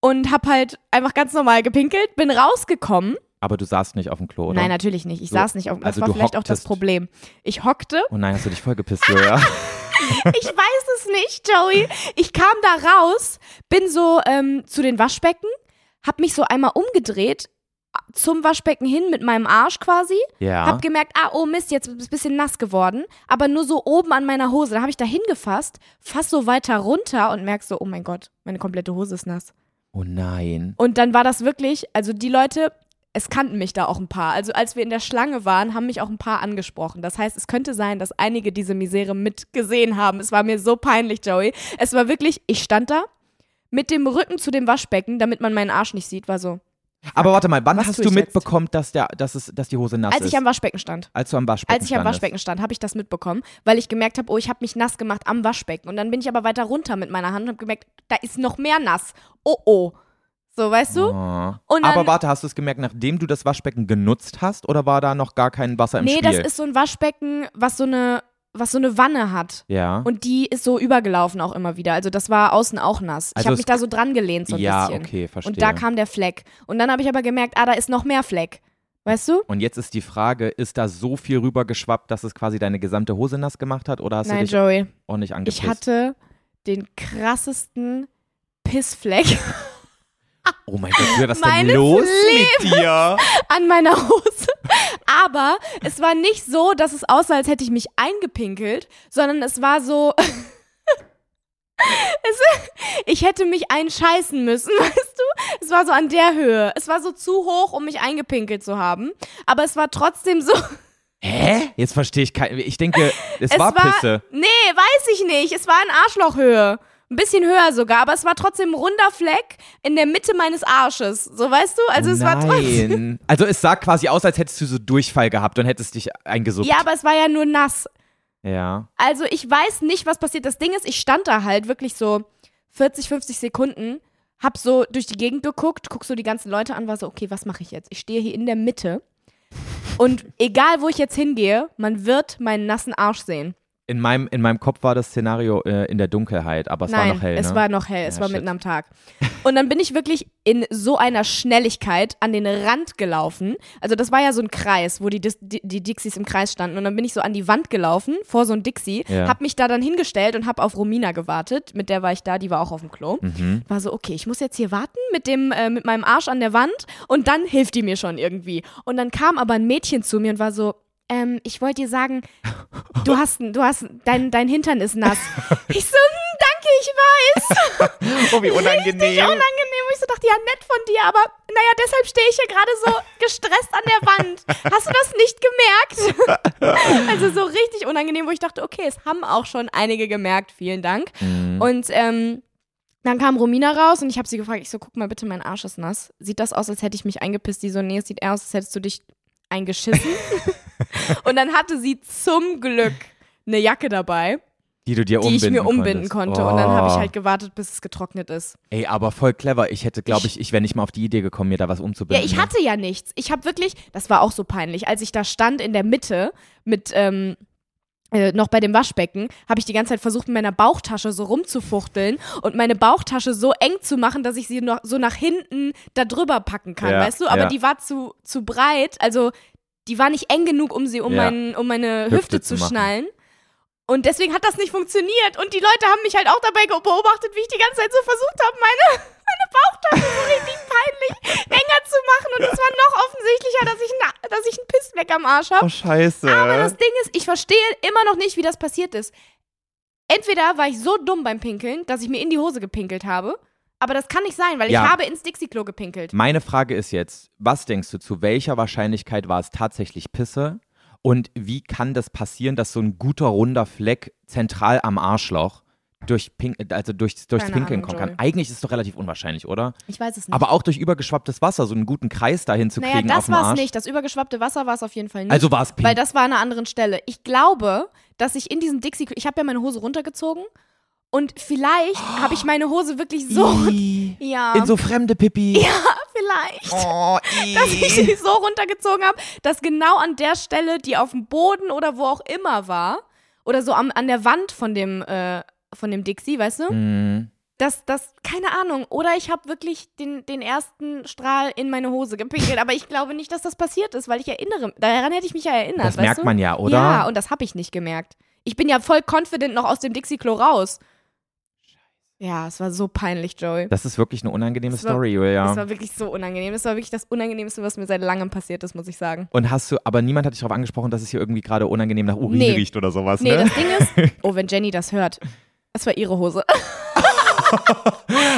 S3: und hab halt einfach ganz normal gepinkelt, bin rausgekommen.
S2: Aber du saßt nicht auf dem Klo, oder?
S3: Nein, natürlich nicht. Ich
S2: So,
S3: saß nicht auf. Das
S2: also
S3: war
S2: du
S3: vielleicht auch das
S2: hocktest.
S3: Problem. Ich hockte.
S2: Oh nein, hast du dich voll gepisst, Julia.
S3: Ich weiß es nicht, Joey. Ich kam da raus, bin so ähm, zu den Waschbecken, hab mich so einmal umgedreht zum Waschbecken hin mit meinem Arsch quasi
S2: Ja.
S3: Hab gemerkt, ah, oh Mist, jetzt ist es ein bisschen nass geworden, aber nur so oben an meiner Hose. Da habe ich da hingefasst, fass so weiter runter und merk so, oh mein Gott, meine komplette Hose ist nass.
S2: Oh nein.
S3: Und dann war das wirklich, also die Leute, es kannten mich da auch ein paar. Also als wir in der Schlange waren, haben mich auch ein paar angesprochen. Das heißt, es könnte sein, dass einige diese Misere mitgesehen haben. Es war mir so peinlich, Joey. Es war wirklich, ich stand da mit dem Rücken zu dem Waschbecken, damit man meinen Arsch nicht sieht, war so,
S2: Aber warte mal, wann
S3: Was
S2: hast
S3: tue
S2: du
S3: ich jetzt?
S2: mitbekommen, dass, der, dass, es, dass die Hose nass
S3: als
S2: ist?
S3: ich am Waschbecken stand.
S2: als du am Waschbecken
S3: Als ich am
S2: standest.
S3: Waschbecken stand, habe ich das mitbekommen, weil ich gemerkt habe, oh, ich habe mich nass gemacht am Waschbecken. Und dann bin ich aber weiter runter mit meiner Hand und habe gemerkt, da ist noch mehr nass. Oh, oh. So, weißt du?
S2: Oh.
S3: Und dann-
S2: Aber warte, hast du es gemerkt, nachdem du das Waschbecken genutzt hast oder war da noch gar kein Wasser im
S3: nee,
S2: Spiel?
S3: das ist so ein Waschbecken, was so eine, was so eine Wanne hat.
S2: Ja.
S3: Und die ist so übergelaufen auch immer wieder. Also das war außen auch nass. ich
S2: Also
S3: habe
S2: es-
S3: mich da so dran gelehnt so ein
S2: ja,
S3: bisschen.
S2: okay, verstehe.
S3: Und da kam der Fleck. Und dann habe ich aber gemerkt, ah, da ist noch mehr Fleck. Weißt du?
S2: Und jetzt ist die Frage, ist da so viel rübergeschwappt, dass es quasi deine gesamte Hose nass gemacht hat oder hast
S3: Nein,
S2: du dich
S3: Joey.
S2: ordentlich angepisst?
S3: Ich hatte den krassesten Pissfleck
S2: oh mein Gott, Julia, was ist denn
S3: Meines
S2: los mit dir?
S3: an meiner Hose. Aber es war nicht so, dass es aussah, als hätte ich mich eingepinkelt, sondern es war so. es, ich hätte mich einscheißen müssen, weißt du? Es war so an der Höhe. Es war so zu hoch, um mich eingepinkelt zu haben. Aber es war trotzdem so.
S2: Hä? Jetzt verstehe ich kein. Ich denke, es,
S3: Es
S2: war
S3: war-
S2: Pisse.
S3: Nee, weiß ich nicht. Es war in Arschlochhöhe. Ein bisschen höher sogar, aber es war trotzdem ein runder Fleck in der Mitte meines Arsches. So, weißt du? Also,
S2: oh
S3: es war trotzdem.
S2: nein. Also es sah quasi aus, als hättest du so Durchfall gehabt und hättest dich eingesuppt.
S3: Ja, aber es war ja nur nass.
S2: ja.
S3: Also ich weiß nicht, was passiert. Das Ding ist, ich stand da halt wirklich so 40, 50 Sekunden, hab so durch die Gegend geguckt, guck so die ganzen Leute an, war so, okay, was mache ich jetzt? Ich stehe hier in der Mitte und egal, wo ich jetzt hingehe, man wird meinen nassen Arsch sehen.
S2: In meinem, in meinem Kopf war das Szenario äh, in der Dunkelheit, aber es
S3: Nein,
S2: war noch hell.
S3: es
S2: ne?
S3: war noch hell, es
S2: Ja,
S3: war
S2: shit.
S3: mitten am Tag. Und dann bin ich wirklich in so einer Schnelligkeit an den Rand gelaufen. Also das war ja so ein Kreis, wo die, Dis die, die Dixies im Kreis standen. Und dann bin ich so an die Wand gelaufen, vor so ein Dixie,
S2: Ja.
S3: hab mich da dann hingestellt und hab auf Romina gewartet. Mit der war ich da, die war auch auf dem Klo.
S2: Mhm.
S3: War so, okay, ich muss jetzt hier warten mit, dem, äh, mit meinem Arsch an der Wand und dann hilft die mir schon irgendwie. Und dann kam aber ein Mädchen zu mir und war so, ähm, ich wollte dir sagen, du hast, du hast, dein, dein Hintern ist nass. Ich so, "Hm, danke, ich weiß.
S2: Oh, wie
S3: Richtig
S2: unangenehm.
S3: unangenehm. Und ich so dachte, ja, nett von dir, aber naja, deshalb stehe ich hier gerade so gestresst an der Wand. Hast du das nicht gemerkt? also so richtig unangenehm, wo ich dachte, okay, es haben auch schon einige gemerkt, vielen Dank.
S2: Mhm. Hm.
S3: Und ähm, dann kam Romina raus und ich habe sie gefragt, ich so, guck mal bitte, mein Arsch ist nass. Sieht das aus, als hätte ich mich eingepisst? Die so, nee, es sieht eher aus, als hättest du dich eingeschissen. und dann hatte sie zum Glück eine Jacke dabei,
S2: die du dir
S3: die ich mir umbinden
S2: konntest.
S3: konnte. Und dann habe ich
S2: Oh.
S3: halt gewartet, bis es getrocknet ist.
S2: Ey, aber voll clever. Ich hätte, glaube ich, ich wäre nicht mal auf die Idee gekommen, mir da was
S3: Ja,
S2: umzubinden. ne?
S3: ich hatte ja nichts. Ich habe wirklich, das war auch so peinlich, als ich da stand in der Mitte mit ähm, äh, noch bei dem Waschbecken, habe ich die ganze Zeit versucht, mit meiner Bauchtasche so rumzufuchteln und meine Bauchtasche so eng zu machen, dass ich sie noch so nach hinten da drüber packen kann,
S2: Ja,
S3: weißt du? Aber
S2: ja.
S3: die war zu, zu breit, also die war nicht eng genug, um sie um,
S2: Ja.
S3: meinen, um meine Hüfte,
S2: Hüfte
S3: zu,
S2: zu machen.
S3: schnallen. Und deswegen hat das nicht funktioniert. Und die Leute haben mich halt auch dabei ge- beobachtet, wie ich die ganze Zeit so versucht habe, meine, meine Bauchtasche so richtig peinlich enger zu machen. Und es war noch offensichtlicher, dass ich, na, dass ich einen Piss weg am Arsch habe.
S2: Oh, scheiße.
S3: Aber das Ding ist, ich verstehe immer noch nicht, wie das passiert ist. Entweder war ich so dumm beim Pinkeln, dass ich mir in die Hose gepinkelt habe. Aber das kann nicht sein, weil ich
S2: Ja.
S3: habe ins Dixie-Klo gepinkelt.
S2: Meine Frage ist jetzt, was denkst du, zu welcher Wahrscheinlichkeit war es tatsächlich Pisse? Und wie kann das passieren, dass so ein guter runder Fleck zentral am Arschloch durch Pink, also durchs, durchs
S3: Keine
S2: Pinkeln
S3: Ahnung,
S2: kommen kann?
S3: Joey.
S2: Eigentlich ist es doch relativ unwahrscheinlich, oder?
S3: Ich weiß es nicht.
S2: Aber auch durch übergeschwapptes Wasser so einen guten Kreis dahin zu
S3: naja,
S2: kriegen auf
S3: das
S2: dem
S3: war es
S2: Arsch.
S3: nicht. Das übergeschwappte Wasser war es auf jeden Fall nicht.
S2: Also war es pink.
S3: Weil das war an einer anderen Stelle. Ich glaube, dass ich in diesem Dixie, ich habe ja meine Hose runtergezogen und vielleicht habe ich meine Hose wirklich so,
S2: Ih,
S3: ja,
S2: In so fremde Pipi. Ja.
S3: vielleicht,
S2: Oh,
S3: dass ich sie so runtergezogen habe, dass genau an der Stelle, die auf dem Boden oder wo auch immer war, oder so am, an der Wand von dem, äh, von dem Dixie, weißt du,
S2: Mhm.
S3: dass das, keine Ahnung, oder ich habe wirklich den, den ersten Strahl in meine Hose gepinkelt, aber ich glaube nicht, dass das passiert ist, weil ich erinnere, daran hätte ich mich ja erinnert,
S2: Das
S3: weißt
S2: merkt
S3: du?
S2: man ja, oder?
S3: Ja, und das habe ich nicht gemerkt. Ich bin ja voll confident noch aus dem Dixie-Klo raus. Ja, es war so peinlich, Joey.
S2: das ist wirklich eine unangenehme
S3: Das war-
S2: Story,
S3: Das
S2: Julia.
S3: war wirklich so unangenehm. Das war wirklich das Unangenehmste, was mir seit langem passiert ist, muss ich sagen.
S2: Und hast du, aber niemand hat dich darauf angesprochen, dass es hier irgendwie gerade unangenehm nach Urin
S3: Nee.
S2: riecht oder sowas,
S3: Nee,
S2: ne?
S3: das Ding ist, oh, wenn Jenny das hört, das war ihre Hose.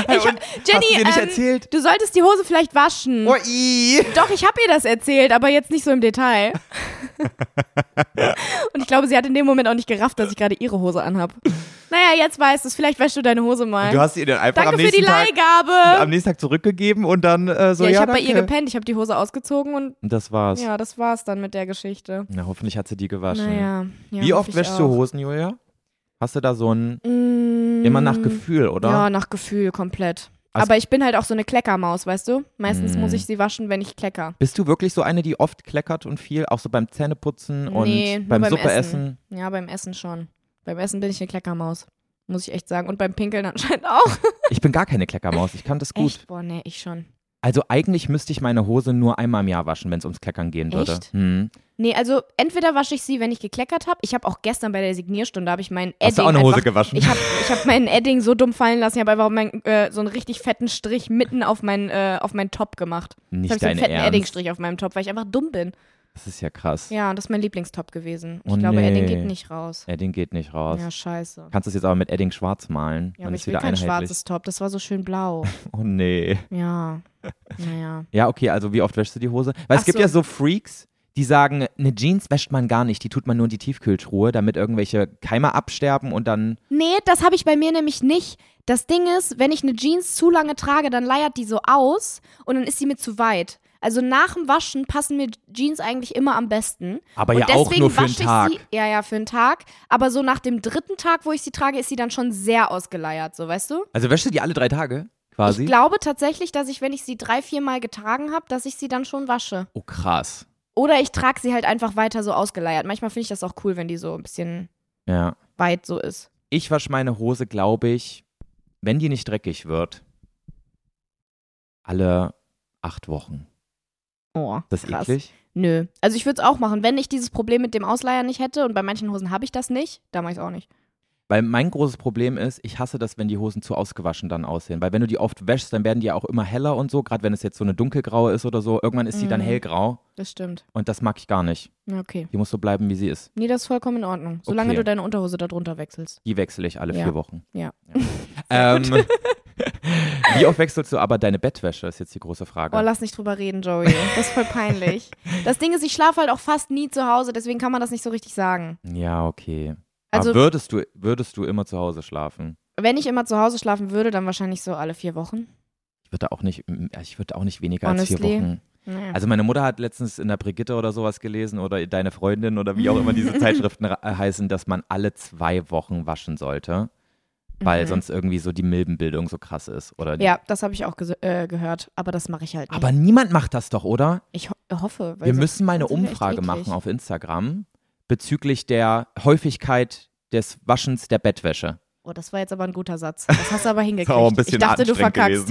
S3: ich hab, Jenny,
S2: hast du dir nicht
S3: ähm,
S2: erzählt?
S3: du solltest die Hose vielleicht waschen.
S2: Oh, i.
S3: Doch, ich habe ihr das erzählt, aber jetzt nicht so im Detail. Und ich glaube, sie hat in dem Moment auch nicht gerafft, dass ich gerade ihre Hose anhab. Naja, jetzt weißt du es. Vielleicht wäschst du deine Hose mal.
S2: Du hast ihr dann einfach
S3: Danke
S2: am
S3: für die
S2: nächsten, Tag,
S3: Leihgabe.
S2: am nächsten Tag zurückgegeben und dann äh, so,
S3: ja,
S2: ja,
S3: ich habe bei
S2: danke.
S3: ihr gepennt, ich habe die Hose ausgezogen und
S2: Und das war's.
S3: ja, das war's dann mit der Geschichte.
S2: Na, hoffentlich hat sie die gewaschen.
S3: Naja. Ja,
S2: Wie
S3: hoffe
S2: oft
S3: ich
S2: wäschst
S3: auch.
S2: du Hosen, Julia? Hast du da so ein,
S3: Mm,
S2: immer nach Gefühl, oder?
S3: Ja, nach Gefühl komplett.
S2: Also-
S3: aber ich bin halt auch so eine Kleckermaus, weißt du? Meistens
S2: Mm.
S3: muss ich sie waschen, wenn ich klecker.
S2: Bist du wirklich so eine, die oft kleckert und viel, auch so beim Zähneputzen und
S3: Nee, nur
S2: beim
S3: beim
S2: Suppeessen?
S3: Ja, beim Essen schon. Beim Essen bin ich eine Kleckermaus. Muss ich echt sagen. Und beim Pinkeln anscheinend auch.
S2: Ich bin gar keine Kleckermaus, ich kann das gut.
S3: Echt? Boah, nee, ich schon.
S2: Also eigentlich müsste ich meine Hose nur einmal im Jahr waschen, wenn es ums Kleckern gehen würde.
S3: Echt?
S2: Hm.
S3: Nee, also entweder wasche ich sie, wenn ich gekleckert habe. Ich habe auch gestern bei der Signierstunde habe ich meinen Edding
S2: Hast du auch eine Hose
S3: einfach,
S2: gewaschen?
S3: Ich habe ich hab meinen Edding so dumm fallen lassen. Ich habe einfach meinen, äh, so einen richtig fetten Strich mitten auf meinen äh, auf meinen Top gemacht. Jetzt
S2: Nicht
S3: hab ich so einen
S2: dein
S3: fetten
S2: Ernst.
S3: Edding-Strich auf meinem Top, weil ich einfach dumm bin.
S2: das ist ja krass.
S3: Ja, und das ist mein Lieblingstop gewesen. Ich
S2: Oh,
S3: glaube, Edding
S2: nee.
S3: geht nicht raus.
S2: Edding geht nicht raus.
S3: Ja, scheiße.
S2: Kannst es jetzt aber mit Edding schwarz malen.
S3: Ja,
S2: Dann
S3: aber
S2: ist
S3: ich will
S2: wieder
S3: kein
S2: einheitlich.
S3: schwarzes Top. Das war so schön blau.
S2: Oh nee.
S3: Ja. Naja.
S2: Ja, okay, also wie oft wäschst du die Hose? Weil
S3: Ach
S2: es gibt
S3: so.
S2: ja so Freaks, die sagen, eine Jeans wäscht man gar nicht, die tut man nur in die Tiefkühltruhe, damit irgendwelche Keime absterben und dann.
S3: Nee, das habe ich bei mir nämlich nicht. Das Ding ist, wenn ich eine Jeans zu lange trage, dann leiert die so aus und dann ist sie mir zu weit. Also nach dem Waschen passen mir Jeans eigentlich immer am besten.
S2: Aber
S3: und
S2: ja auch
S3: deswegen
S2: nur für einen
S3: wasche ich
S2: Tag.
S3: Sie, ja, ja, für einen Tag. Aber so nach dem dritten Tag, wo ich sie trage, ist sie dann schon sehr ausgeleiert, so weißt du?
S2: Also wäschst du die alle drei Tage quasi?
S3: Ich glaube tatsächlich, dass ich, wenn ich sie drei, vier Mal getragen habe, dass ich sie dann schon wasche.
S2: oh krass.
S3: Oder ich trage sie halt einfach weiter so ausgeleiert. Manchmal finde ich das auch cool, wenn die so ein bisschen
S2: Ja.
S3: weit so ist.
S2: Ich wasche meine Hose, glaube ich, wenn die nicht dreckig wird, alle acht Wochen.
S3: Oh,
S2: Das ist
S3: krass.
S2: eklig.
S3: Nö. Also ich würde es auch machen, wenn ich dieses Problem mit dem Ausleiern nicht hätte. Und bei manchen Hosen habe ich das nicht, da mache ich es auch nicht.
S2: Weil mein großes Problem ist, ich hasse das, wenn die Hosen zu ausgewaschen dann aussehen. Weil wenn du die oft wäschst, dann werden die ja auch immer heller und so. Gerade wenn es jetzt so eine dunkelgraue ist oder so. Irgendwann ist die dann
S3: Mhm.
S2: hellgrau.
S3: Das stimmt.
S2: Und das mag ich gar nicht.
S3: Ja, okay.
S2: Die muss so bleiben, wie sie ist.
S3: Nee, das ist vollkommen in Ordnung. Solange
S2: Okay.
S3: du deine Unterhose darunter wechselst.
S2: Die wechsle ich alle
S3: Ja.
S2: vier Wochen.
S3: Ja.
S2: Ähm, wie oft wechselst du aber deine Bettwäsche, ist jetzt die große Frage.
S3: Oh, lass nicht drüber reden, Joey. Das ist voll peinlich. Das Ding ist, ich schlafe halt auch fast nie zu Hause, deswegen kann man das nicht so richtig sagen.
S2: ja, okay.
S3: Also,
S2: aber würdest du, würdest du immer zu Hause schlafen?
S3: wenn ich immer zu Hause schlafen würde, dann wahrscheinlich so alle vier Wochen.
S2: Ich würde auch nicht, ich würde auch nicht weniger als
S3: Honestly.
S2: vier Wochen.
S3: Naja.
S2: Also meine Mutter hat letztens in der Brigitte oder sowas gelesen oder deine Freundin oder wie auch immer diese Zeitschriften ra- äh, heißen, dass man alle zwei Wochen waschen sollte, weil
S3: Mhm.
S2: sonst irgendwie so die Milbenbildung so krass ist. Oder die,
S3: Ja, das habe ich auch ges- äh, gehört, aber das mache ich halt nicht.
S2: Aber niemand macht das doch, oder?
S3: ich ho äh, hoffe. Weil
S2: Wir
S3: sonst-
S2: müssen mal eine
S3: sonst sind wir echt
S2: Umfrage
S3: eklig.
S2: machen auf Instagram bezüglich der Häufigkeit des Waschens der Bettwäsche.
S3: Oh, das war jetzt aber ein guter Satz. Das hast du aber hingekriegt.
S2: war
S3: ich dachte, du verkackst.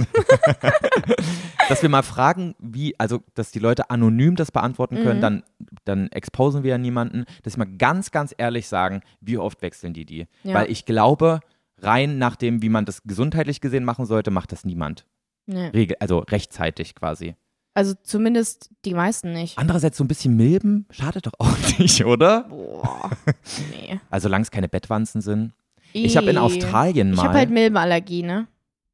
S2: anstrengend gewesen. dass wir mal fragen, wie, also, dass die Leute anonym das beantworten können,
S3: Mhm.
S2: dann, dann exposen wir ja niemanden, dass wir mal ganz, ganz ehrlich sagen, wie oft wechseln die die?
S3: Ja.
S2: Weil ich glaube, rein nach dem, wie man das gesundheitlich gesehen machen sollte, macht das niemand.
S3: Nee.
S2: Regel, also rechtzeitig quasi.
S3: Also zumindest die meisten nicht.
S2: Andererseits so ein bisschen Milben schadet doch auch nicht, oder?
S3: Boah. Nee.
S2: Also, solange es keine Bettwanzen sind. Ich habe in
S3: Ih.
S2: Australien
S3: Ich
S2: mal.
S3: habe halt Milbenallergie, ne?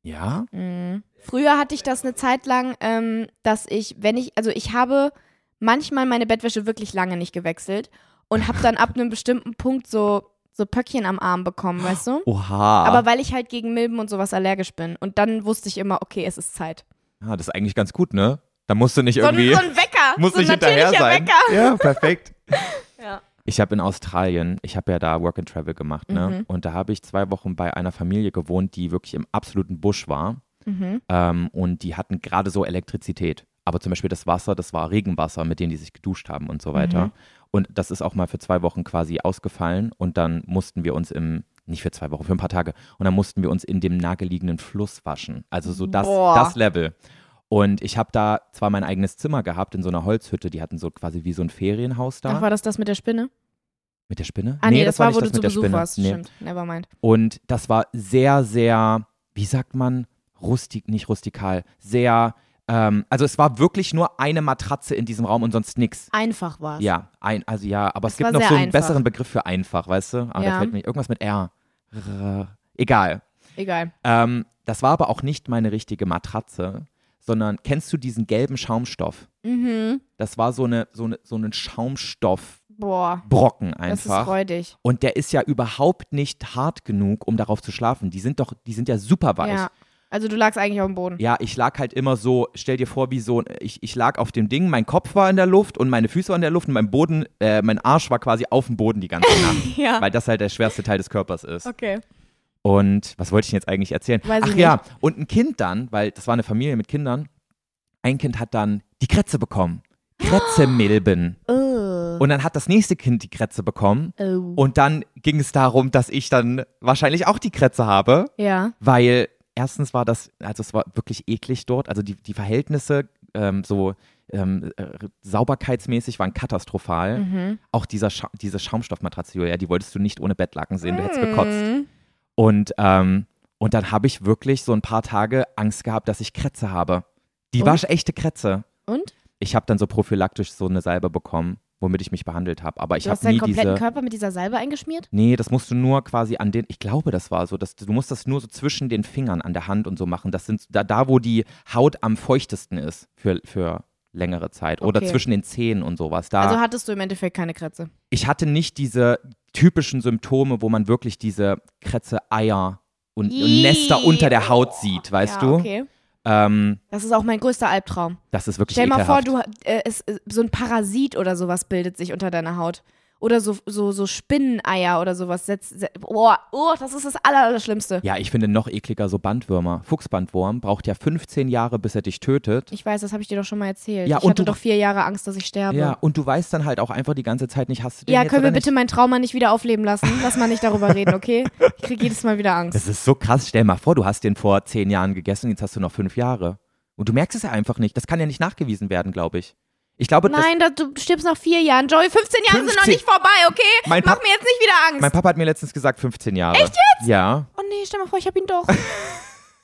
S2: ja?
S3: Mhm. Früher hatte ich das eine Zeit lang, ähm, dass ich, wenn ich, also ich habe manchmal meine Bettwäsche wirklich lange nicht gewechselt und habe dann ab einem bestimmten Punkt so, so Pöckchen am Arm bekommen, weißt du?
S2: Oha.
S3: Aber weil ich halt gegen Milben und sowas allergisch bin. Und dann wusste ich immer, okay, es ist Zeit.
S2: ja, das ist eigentlich ganz gut, ne? Da musst du nicht
S3: So ein,
S2: irgendwie.
S3: so ein Wecker.
S2: Muss
S3: so ein
S2: nicht hinterher
S3: natürlicher
S2: sein.
S3: Wecker.
S2: Ja, perfekt.
S3: Ja.
S2: Ich habe in Australien, ich habe ja da Work and Travel gemacht, ne?
S3: Mhm.
S2: Und da habe ich zwei Wochen bei einer Familie gewohnt, die wirklich im absoluten Busch war.
S3: Mhm.
S2: Ähm, und die hatten gerade so Elektrizität. Aber zum Beispiel das Wasser, das war Regenwasser, mit dem die sich geduscht haben und so weiter.
S3: Mhm.
S2: Und das ist auch mal für zwei Wochen quasi ausgefallen. Und dann mussten wir uns im, nicht für zwei Wochen, für ein paar Tage. Und dann mussten wir uns in dem nahegelegenen Fluss waschen. Also so das,
S3: Boah.
S2: das Level. Und ich habe da zwar mein eigenes Zimmer gehabt in so einer Holzhütte, die hatten so quasi wie so ein Ferienhaus da.
S3: Ach, war das das mit der Spinne?
S2: mit der Spinne?
S3: Ah, nee, das, war,
S2: nicht
S3: wo
S2: das
S3: du zu
S2: mit der
S3: Besuch
S2: Spinne.
S3: warst.
S2: Nee.
S3: Stimmt, nevermind.
S2: Und das war sehr, sehr, wie sagt man, rustik, nicht rustikal, sehr, ähm, also es war wirklich nur eine Matratze in diesem Raum und sonst nix.
S3: Einfach war's.
S2: Ja, ein, also ja, aber es,
S3: Es
S2: gibt
S3: war
S2: noch
S3: sehr
S2: so einen
S3: einfach.
S2: besseren Begriff für einfach, weißt du? Aber da
S3: Ja.
S2: fällt mir irgendwas mit R. R egal.
S3: Egal.
S2: Ähm, das war aber auch nicht meine richtige Matratze, sondern kennst du diesen gelben Schaumstoff?
S3: Mhm.
S2: Das war so, eine, so, eine, so ein Schaumstoffbrocken
S3: Boah, das ist
S2: einfach.
S3: freudig.
S2: Und der ist ja überhaupt nicht hart genug, um darauf zu schlafen. Die sind doch, die sind ja super weich.
S3: Ja.
S2: Ja.
S3: Also du lagst eigentlich auf dem Boden.
S2: ich lag halt immer so, stell dir vor, wie so, ich, ich lag auf dem Ding, mein Kopf war in der Luft und meine Füße waren in der Luft und mein Boden, äh, mein Arsch war quasi auf dem Boden die ganze Nacht,
S3: Ja.
S2: weil das halt der schwerste Teil des Körpers ist.
S3: Okay.
S2: Und was wollte ich denn jetzt eigentlich erzählen?
S3: Weiß ich
S2: Ach ja, und ein Kind dann, weil das war eine Familie mit Kindern, ein Kind hat dann die Krätze bekommen. Krätzemilben.
S3: Oh.
S2: Und dann hat das nächste Kind die Krätze bekommen.
S3: oh.
S2: Und dann ging es darum, dass ich dann wahrscheinlich auch die Krätze habe,
S3: ja.
S2: weil erstens war das, also es war wirklich eklig dort. Also die, die Verhältnisse ähm, so ähm, äh, sauberkeitsmäßig waren katastrophal.
S3: Mhm.
S2: Auch dieser Scha diese Schaumstoffmatratze, Julia, die wolltest du nicht ohne Bettlaken sehen, du hättest
S3: Mhm.
S2: gekotzt. Und, ähm, und dann habe ich wirklich so ein paar Tage Angst gehabt, dass ich Krätze habe. Die
S3: Und?
S2: war echte Krätze.
S3: Und?
S2: Ich habe dann so prophylaktisch so eine Salbe bekommen, womit ich mich behandelt habe. Aber ich
S3: Du hast
S2: habe nie
S3: deinen kompletten
S2: diese
S3: Körper mit dieser Salbe eingeschmiert?
S2: Nee, das musst du nur quasi an den, ich glaube, das war so, dass du musst das nur so zwischen den Fingern an der Hand und so machen. Das sind da, da wo die Haut am feuchtesten ist für, für längere Zeit oder
S3: Okay.
S2: zwischen den Zähnen und sowas. Da,
S3: Also hattest du im Endeffekt keine Krätze.
S2: ich hatte nicht diese typischen Symptome, wo man wirklich diese Krätze, Eier und, und
S3: Ih. oh,
S2: Nester unter der Haut sieht, weißt
S3: ja,
S2: du?
S3: Okay.
S2: Ähm,
S3: Das ist auch mein größter Albtraum.
S2: das ist wirklich
S3: Stell mal vor,
S2: ekelhaft.
S3: du äh, es, äh, so ein Parasit oder sowas bildet sich unter deiner Haut. Oder so, so, so Spinneneier oder sowas. Setzt, se- boah, oh, das ist das Aller, Allerschlimmste.
S2: ja, ich finde noch ekliger so Bandwürmer. Fuchsbandwurm braucht ja 15 Jahre, bis er dich tötet.
S3: Ich weiß, das habe ich dir doch schon mal erzählt.
S2: Ja,
S3: ich
S2: und
S3: hatte
S2: du-
S3: doch vier Jahre Angst, dass ich sterbe.
S2: Ja, und du weißt dann halt auch einfach die ganze Zeit nicht, hast du den
S3: Ja,
S2: jetzt
S3: können
S2: oder
S3: wir
S2: nicht?
S3: bitte mein Trauma nicht wieder aufleben lassen? Lass mal nicht darüber reden, okay? Ich kriege jedes Mal wieder Angst.
S2: Das ist so krass. Stell mal vor, du hast den vor zehn Jahren gegessen und jetzt hast du noch fünf Jahre. Und du merkst es ja einfach nicht. Das kann ja nicht nachgewiesen werden, glaube ich. Ich glaube, das,
S3: Nein, da, du stirbst nach vier Jahren. Joey, 15 Jahre sind noch
S2: 15.
S3: nicht vorbei, okay?
S2: Mein
S3: Mach
S2: Pap-
S3: mir jetzt nicht wieder Angst.
S2: mein Papa hat mir letztens gesagt, 15 Jahre. Echt jetzt? Ja,
S3: oh nee, stell mal vor, ich hab ihn doch.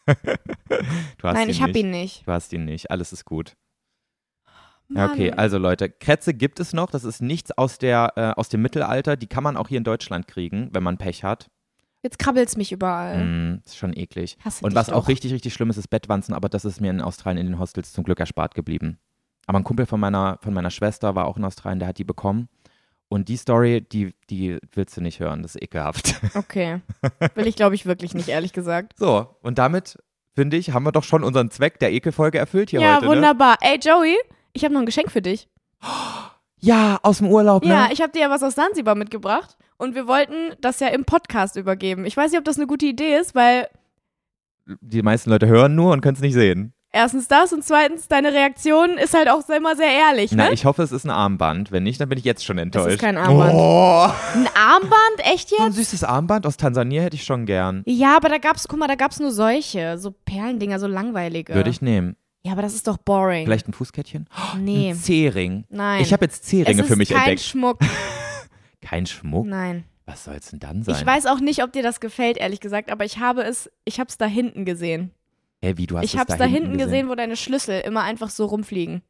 S2: du hast
S3: Nein,
S2: ihn
S3: ich
S2: nicht.
S3: hab ihn nicht.
S2: Du hast ihn nicht. Alles ist gut. Ja, Okay,
S3: Mann.
S2: also Leute, Krätze gibt es noch. Das ist nichts aus, der, äh, aus dem Mittelalter. Die kann man auch hier in Deutschland kriegen, wenn man Pech hat.
S3: Jetzt krabbelt's mich überall.
S2: Mm, ist schon eklig.
S3: Hasse
S2: Und
S3: dich
S2: was
S3: doch.
S2: auch richtig, richtig schlimm ist, ist Bettwanzen, aber das ist mir in Australien in den Hostels zum Glück erspart geblieben. Aber ein Kumpel von meiner, von meiner Schwester war auch in Australien, der hat die bekommen. Und die Story, die, die willst du nicht hören, das ist ekelhaft.
S3: Okay. Will ich, glaube ich, wirklich nicht, ehrlich gesagt.
S2: So, und damit, finde ich, haben wir doch schon unseren Zweck der Ekelfolge erfüllt hier
S3: ja,
S2: heute. Ne?
S3: wunderbar. Ey, Joey, ich habe noch ein Geschenk für dich.
S2: Ja, aus dem Urlaub, ne?
S3: Ja, ich habe dir ja was aus Sansibar mitgebracht und wir wollten das ja im Podcast übergeben. Ich weiß nicht, ob das eine gute Idee ist, weil
S2: die meisten Leute hören nur und können es nicht sehen.
S3: erstens das und zweitens deine Reaktion ist halt auch immer sehr ehrlich,
S2: Na,
S3: ne?
S2: ich hoffe, es ist ein Armband. Wenn nicht, dann bin ich jetzt schon enttäuscht.
S3: kein Armband.
S2: Oh,
S3: Ein Armband, echt
S2: so ein
S3: jetzt?
S2: süßes Armband aus Tansania hätte ich schon gern.
S3: Ja, aber da gab's, guck mal, da gab's nur solche, so Perlendinger, so langweilige.
S2: Würde ich nehmen.
S3: Ja, aber das ist doch boring.
S2: Vielleicht ein Fußkettchen?
S3: nee.
S2: Ein C-Ring.
S3: Nein.
S2: Ich habe jetzt C-Ringe
S3: es
S2: für
S3: ist
S2: mich
S3: kein
S2: entdeckt. Oh.
S3: Schmuck.
S2: Kein Schmuck?
S3: Nein.
S2: Was soll's denn dann sein?
S3: Ich weiß auch nicht, ob dir das gefällt, ehrlich gesagt, aber ich habe es, ich habe es da hinten gesehen.
S2: Hä, wie, du hast
S3: ich
S2: es
S3: hab's
S2: da,
S3: da hinten gesehen, wo deine Schlüssel immer einfach so rumfliegen.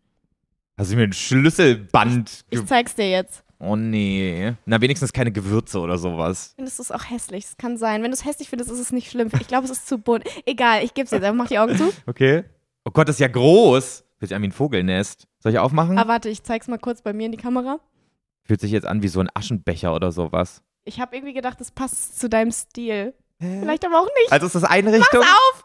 S2: Hast du mir ein Schlüsselband
S3: Ich
S2: ge
S3: zeig's dir jetzt.
S2: Oh nee. Na, wenigstens keine Gewürze oder sowas.
S3: Findest du es auch hässlich? Es kann sein. Wenn du es hässlich findest, ist es nicht schlimm. Ich glaube, es ist zu bunt. Egal, ich geb's dir. Dann mach die Augen zu.
S2: Okay. Oh Gott, das ist ja groß. Fühlt sich an wie ein Vogelnest. Soll ich aufmachen?
S3: Ah, warte, ich zeig's mal kurz bei mir in die Kamera.
S2: Fühlt sich jetzt an wie so ein Aschenbecher oder sowas.
S3: Ich habe irgendwie gedacht, das passt zu deinem Stil.
S2: Hä?
S3: Vielleicht aber auch nicht.
S2: Also ist das Einrichtung?
S3: Pass auf!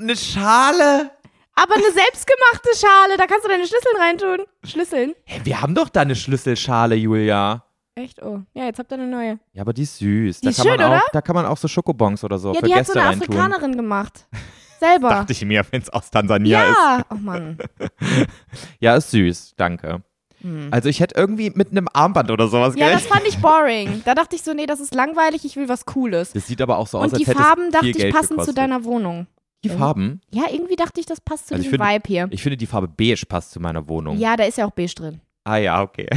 S2: Und eine Schale?
S3: Aber eine selbstgemachte Schale, da kannst du deine Schlüssel reintun. Schlüsseln?
S2: Hä, wir haben doch da eine Schlüsselschale, Julia.
S3: Echt? Oh. Ja, jetzt habt ihr eine neue.
S2: Ja, aber die ist süß.
S3: Die
S2: da
S3: ist
S2: kann
S3: schön,
S2: man auch,
S3: oder?
S2: Da kann man auch so Schokobons oder so
S3: ja,
S2: für
S3: die hat
S2: Gäste
S3: so eine
S2: reintun.
S3: Afrikanerin gemacht. Selber.
S2: Dachte ich mir, wenn es aus Tansania ist.
S3: ja. Oh Mann.
S2: Ja, ist süß, danke. Also ich hätte irgendwie mit einem Armband oder sowas
S3: Hm. Ja, das
S2: gerechnet.
S3: fand ich boring. Da dachte ich so, nee, das ist langweilig, ich will was Cooles.
S2: Das sieht aber auch so aus,
S3: Und die
S2: als hätte es
S3: Farben,
S2: viel
S3: dachte ich,
S2: Geld
S3: passen zu
S2: gekostet.
S3: deiner Wohnung.
S2: Die Farben?
S3: Ja, irgendwie dachte ich, das passt zu
S2: Also ich
S3: diesem
S2: finde-
S3: Vibe hier.
S2: Ich finde, die Farbe beige passt zu meiner Wohnung.
S3: Ja, da ist ja auch beige drin.
S2: Ah ja, okay.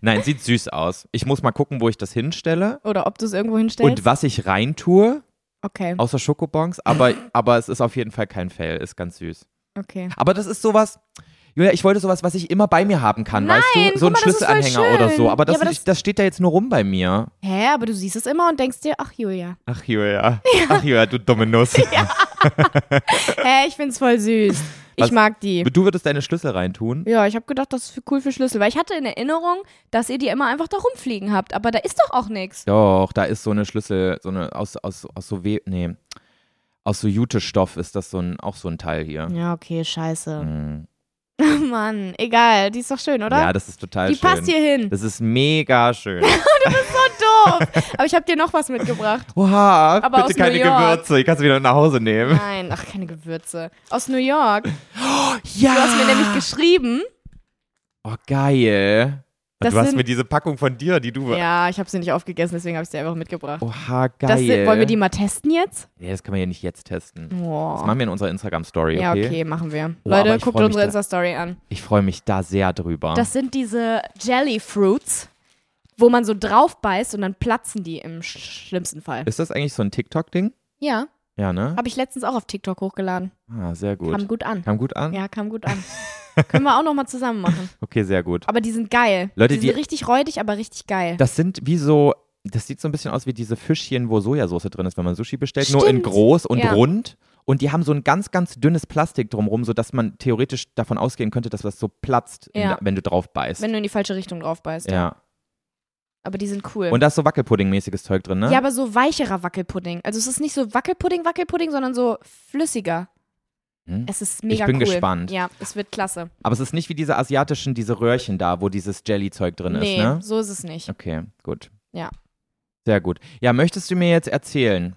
S2: Nein, sieht süß aus. Ich muss mal gucken, wo ich das hinstelle
S3: Oder ob du es irgendwo hinstellst.
S2: und was ich reintue,
S3: okay,
S2: außer Schokobons. Aber, aber es ist auf jeden Fall kein Fail, ist ganz süß.
S3: okay.
S2: Aber das ist sowas, Julia, ich wollte sowas, was ich immer bei mir haben kann,
S3: Nein,
S2: weißt du? So
S3: guck
S2: ein
S3: mal, das ist voll
S2: Schlüsselanhänger
S3: schön.
S2: oder so. Aber, das,
S3: Ja, aber
S2: ich, das steht da jetzt nur rum bei mir.
S3: Hä, aber du siehst es immer und denkst dir, ach Julia.
S2: Ach Julia, ach Julia, du dumme Nuss.
S3: Hä, ich find's voll süß. Ich
S2: Was-
S3: mag die.
S2: Du würdest deine Schlüssel reintun.
S3: Ja, ich habe gedacht, das ist für- cool für Schlüssel, weil ich hatte in Erinnerung, dass ihr die immer einfach da rumfliegen habt, aber da ist doch auch nichts.
S2: Doch, da ist so eine Schlüssel, so eine aus, aus, aus so We nee, aus so Jutestoff ist das so ein, auch so ein Teil hier.
S3: Ja, okay, scheiße.
S2: Mhm.
S3: Mann, egal, die ist doch schön, oder?
S2: Ja, das ist total
S3: die
S2: schön.
S3: passt hier hin.
S2: Das ist mega schön.
S3: doof. Aber ich habe dir noch was mitgebracht.
S2: Oha,
S3: Aber aus
S2: bitte keine
S3: New York.
S2: Gewürze, ich kann es wieder nach Hause nehmen.
S3: Nein, ach, keine Gewürze. Aus New York. Du
S2: Ja.
S3: hast mir nämlich geschrieben.
S2: Oh, geil. Und
S3: Das
S2: du hast
S3: sind-
S2: mir diese Packung von dir, die du
S3: Ja, ich habe sie nicht aufgegessen, deswegen habe ich sie einfach mitgebracht.
S2: Oha, geil.
S3: Das sind, wollen wir die mal testen jetzt?
S2: nee, das können wir ja nicht jetzt testen. Das
S3: Boah.
S2: machen wir in unserer Instagram-Story, okay?
S3: Ja, okay, machen wir.
S2: Boah, aber
S3: Leute,
S2: ich
S3: guckt
S2: freu mich
S3: unsere
S2: da- Ah.
S3: Insta-Story an.
S2: Ich freue mich da sehr drüber.
S3: Das sind diese Jelly Fruits, wo man so drauf beißt und dann platzen die im sch schlimmsten Fall.
S2: ist das eigentlich so ein TikTok-Ding?
S3: Ja,
S2: Ja, ne?
S3: habe ich letztens auch auf TikTok hochgeladen.
S2: Ah, sehr gut.
S3: Kam gut an.
S2: Kam gut an?
S3: Ja, kam gut an. Können wir auch nochmal zusammen machen.
S2: Okay, sehr gut.
S3: Aber die sind geil.
S2: Leute,
S3: die sind
S2: die-
S3: richtig räudig, aber richtig geil.
S2: Das sind wie so, das sieht so ein bisschen aus wie diese Fischchen, wo Sojasauce drin ist, wenn man Sushi bestellt, nur in
S3: Stimmt.
S2: groß und
S3: Ja.
S2: rund. Und die haben so ein ganz, ganz dünnes Plastik drumrum, sodass man theoretisch davon ausgehen könnte, dass das so platzt, in
S3: Ja.
S2: der- wenn du drauf beißt.
S3: Wenn du in die falsche Richtung drauf beißt.
S2: ja.
S3: Aber die sind cool.
S2: Und da ist so Wackelpudding-mäßiges Zeug drin, ne?
S3: ja, aber so weicherer Wackelpudding. Also es ist nicht so Wackelpudding, Wackelpudding, sondern so flüssiger.
S2: Hm.
S3: Es ist mega
S2: bin
S3: cool.
S2: gespannt.
S3: Ja, es wird klasse.
S2: Aber es ist nicht wie diese asiatischen, diese Röhrchen da, wo dieses Jelly-Zeug drin
S3: nee,
S2: ist, ne?
S3: so ist es nicht.
S2: Okay, gut.
S3: Ja.
S2: Sehr gut. Ja, möchtest du mir jetzt erzählen,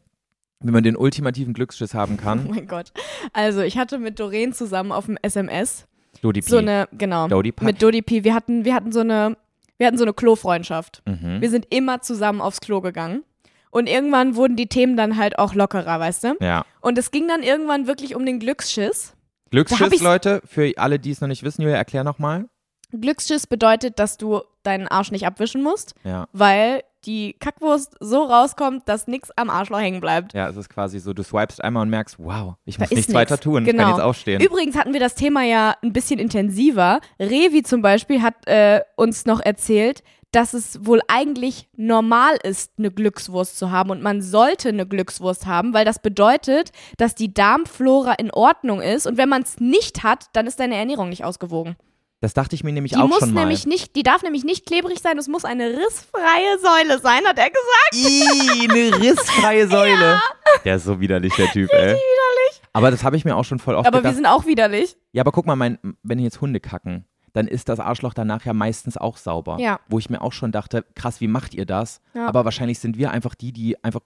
S2: wie man den ultimativen Glücksschiss haben
S3: Oh
S2: kann?
S3: mein Gott. Also ich hatte mit Doreen zusammen auf dem SMS
S2: Dodi
S3: so eine, genau,
S2: Dodi Pi.
S3: mit Dodi P. Wir hatten, wir hatten so eine, wir hatten so eine Klofreundschaft.
S2: Mhm.
S3: Wir sind immer zusammen aufs Klo gegangen. Und irgendwann wurden die Themen dann halt auch lockerer, weißt du?
S2: Ja.
S3: Und es ging dann irgendwann wirklich um den Glücksschiss. Da hab
S2: Glücksschiss,
S3: ich's-
S2: Leute, für alle, die es noch nicht wissen, Julia, erklär nochmal.
S3: Glücksschiss bedeutet, dass du deinen Arsch nicht abwischen musst,
S2: Ja.
S3: weil die Kackwurst so rauskommt, dass nichts am Arschloch hängen bleibt.
S2: Ja, es ist quasi so, du swipest einmal und merkst, wow, ich muss
S3: ist
S2: nichts
S3: nix.
S2: weiter tun, ich
S3: Genau.
S2: kann jetzt aufstehen.
S3: Übrigens hatten wir das Thema ja ein bisschen intensiver. Revi zum Beispiel hat äh, uns noch erzählt, dass es wohl eigentlich normal ist, eine Glückswurst zu haben und man sollte eine Glückswurst haben, weil das bedeutet, dass die Darmflora in Ordnung ist und wenn man es nicht hat, dann ist deine Ernährung nicht ausgewogen.
S2: das dachte ich mir nämlich
S3: Die
S2: auch
S3: muss
S2: schon mal.
S3: nämlich nicht, die darf nämlich nicht klebrig sein, es muss eine rissfreie Säule sein, hat er gesagt.
S2: Ih, eine rissfreie Säule. Der ist so widerlich, der Typ, ey. widerlich. Aber das habe ich mir auch schon voll oft
S3: Aber wir
S2: gedacht.
S3: sind auch widerlich.
S2: Ja, aber guck mal, mein, wenn jetzt Hunde kacken, dann ist das Arschloch danach ja meistens auch sauber.
S3: Ja.
S2: Wo ich mir auch schon dachte, krass, wie macht ihr das?
S3: Ja.
S2: Aber wahrscheinlich sind wir einfach die, die einfach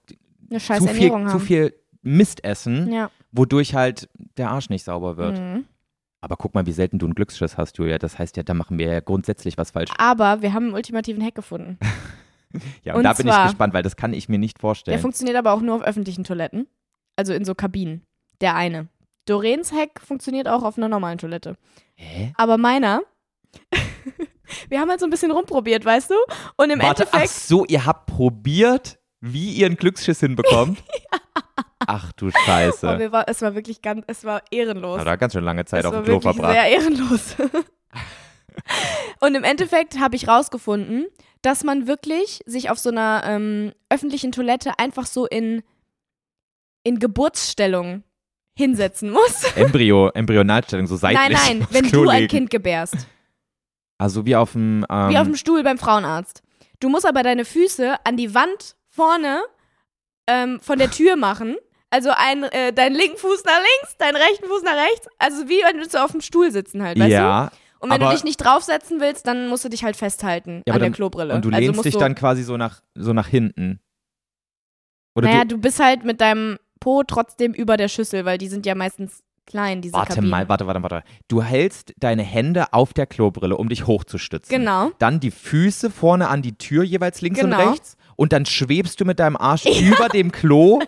S3: Eine scheiß
S2: zu viel,
S3: Ernährung
S2: zu
S3: haben.
S2: viel Mist essen,
S3: Ja.
S2: wodurch halt der Arsch nicht sauber wird.
S3: Mhm.
S2: Aber guck mal, wie selten du einen Glücksschiss hast, Julia. Das heißt ja, da machen wir ja grundsätzlich was falsch.
S3: Aber wir haben einen ultimativen Hack gefunden.
S2: Ja, und,
S3: und
S2: da bin ich
S3: zwar-
S2: gespannt, weil das kann ich mir nicht
S3: Der
S2: vorstellen.
S3: funktioniert aber auch nur auf öffentlichen Toiletten. Also in so Kabinen. Der eine. Doreens Hack funktioniert auch auf einer normalen Toilette.
S2: Hä?
S3: Aber meiner. wir haben halt so ein bisschen rumprobiert, weißt du? Und im
S2: Warte, ach
S3: Endeffekt.
S2: so, ihr habt probiert, wie ihr einen Glücksschiss hinbekommt? Ach du Scheiße.
S3: Boah, Oh, wir war, es war wirklich ganz. Es war ehrenlos.
S2: Na, da hat ganz schön lange Zeit
S3: es
S2: auf dem
S3: war
S2: Klo
S3: wirklich
S2: verbracht.
S3: sehr ehrenlos. Und im Endeffekt habe ich rausgefunden, dass man wirklich sich auf so einer ähm, öffentlichen Toilette einfach so in, in Geburtsstellung hinsetzen muss.
S2: Embryo, Embryonalstellung, so seitlich.
S3: Nein, nein,
S2: aufs
S3: wenn
S2: Klo
S3: du ein
S2: legen.
S3: Kind gebärst.
S2: Also wie auf dem. Ähm,
S3: Wie auf dem Stuhl beim Frauenarzt. Du musst aber deine Füße an die Wand vorne ähm, von der Tür machen. Also ein, äh, deinen linken Fuß nach links, deinen rechten Fuß nach rechts. Also wie wenn du so auf dem Stuhl sitzen halt, weißt du?
S2: ja,
S3: Und wenn du
S2: aber-
S3: dich nicht draufsetzen willst, dann musst du dich halt festhalten
S2: Ja, aber
S3: an der
S2: dann-
S3: Klobrille.
S2: und du
S3: also
S2: lehnst
S3: musst
S2: dich
S3: du,
S2: dann quasi so nach, so nach hinten. Oder
S3: Naja,
S2: du,
S3: du bist halt mit deinem Po trotzdem über der Schüssel, weil die sind ja meistens klein, diese
S2: warte
S3: Kabinen.
S2: mal, warte, warte, warte. Du hältst deine Hände auf der Klobrille, um dich hochzustützen.
S3: Genau.
S2: Dann die Füße vorne an die Tür, jeweils links und
S3: Genau.
S2: rechts. Und dann schwebst du mit deinem Arsch über dem Klo.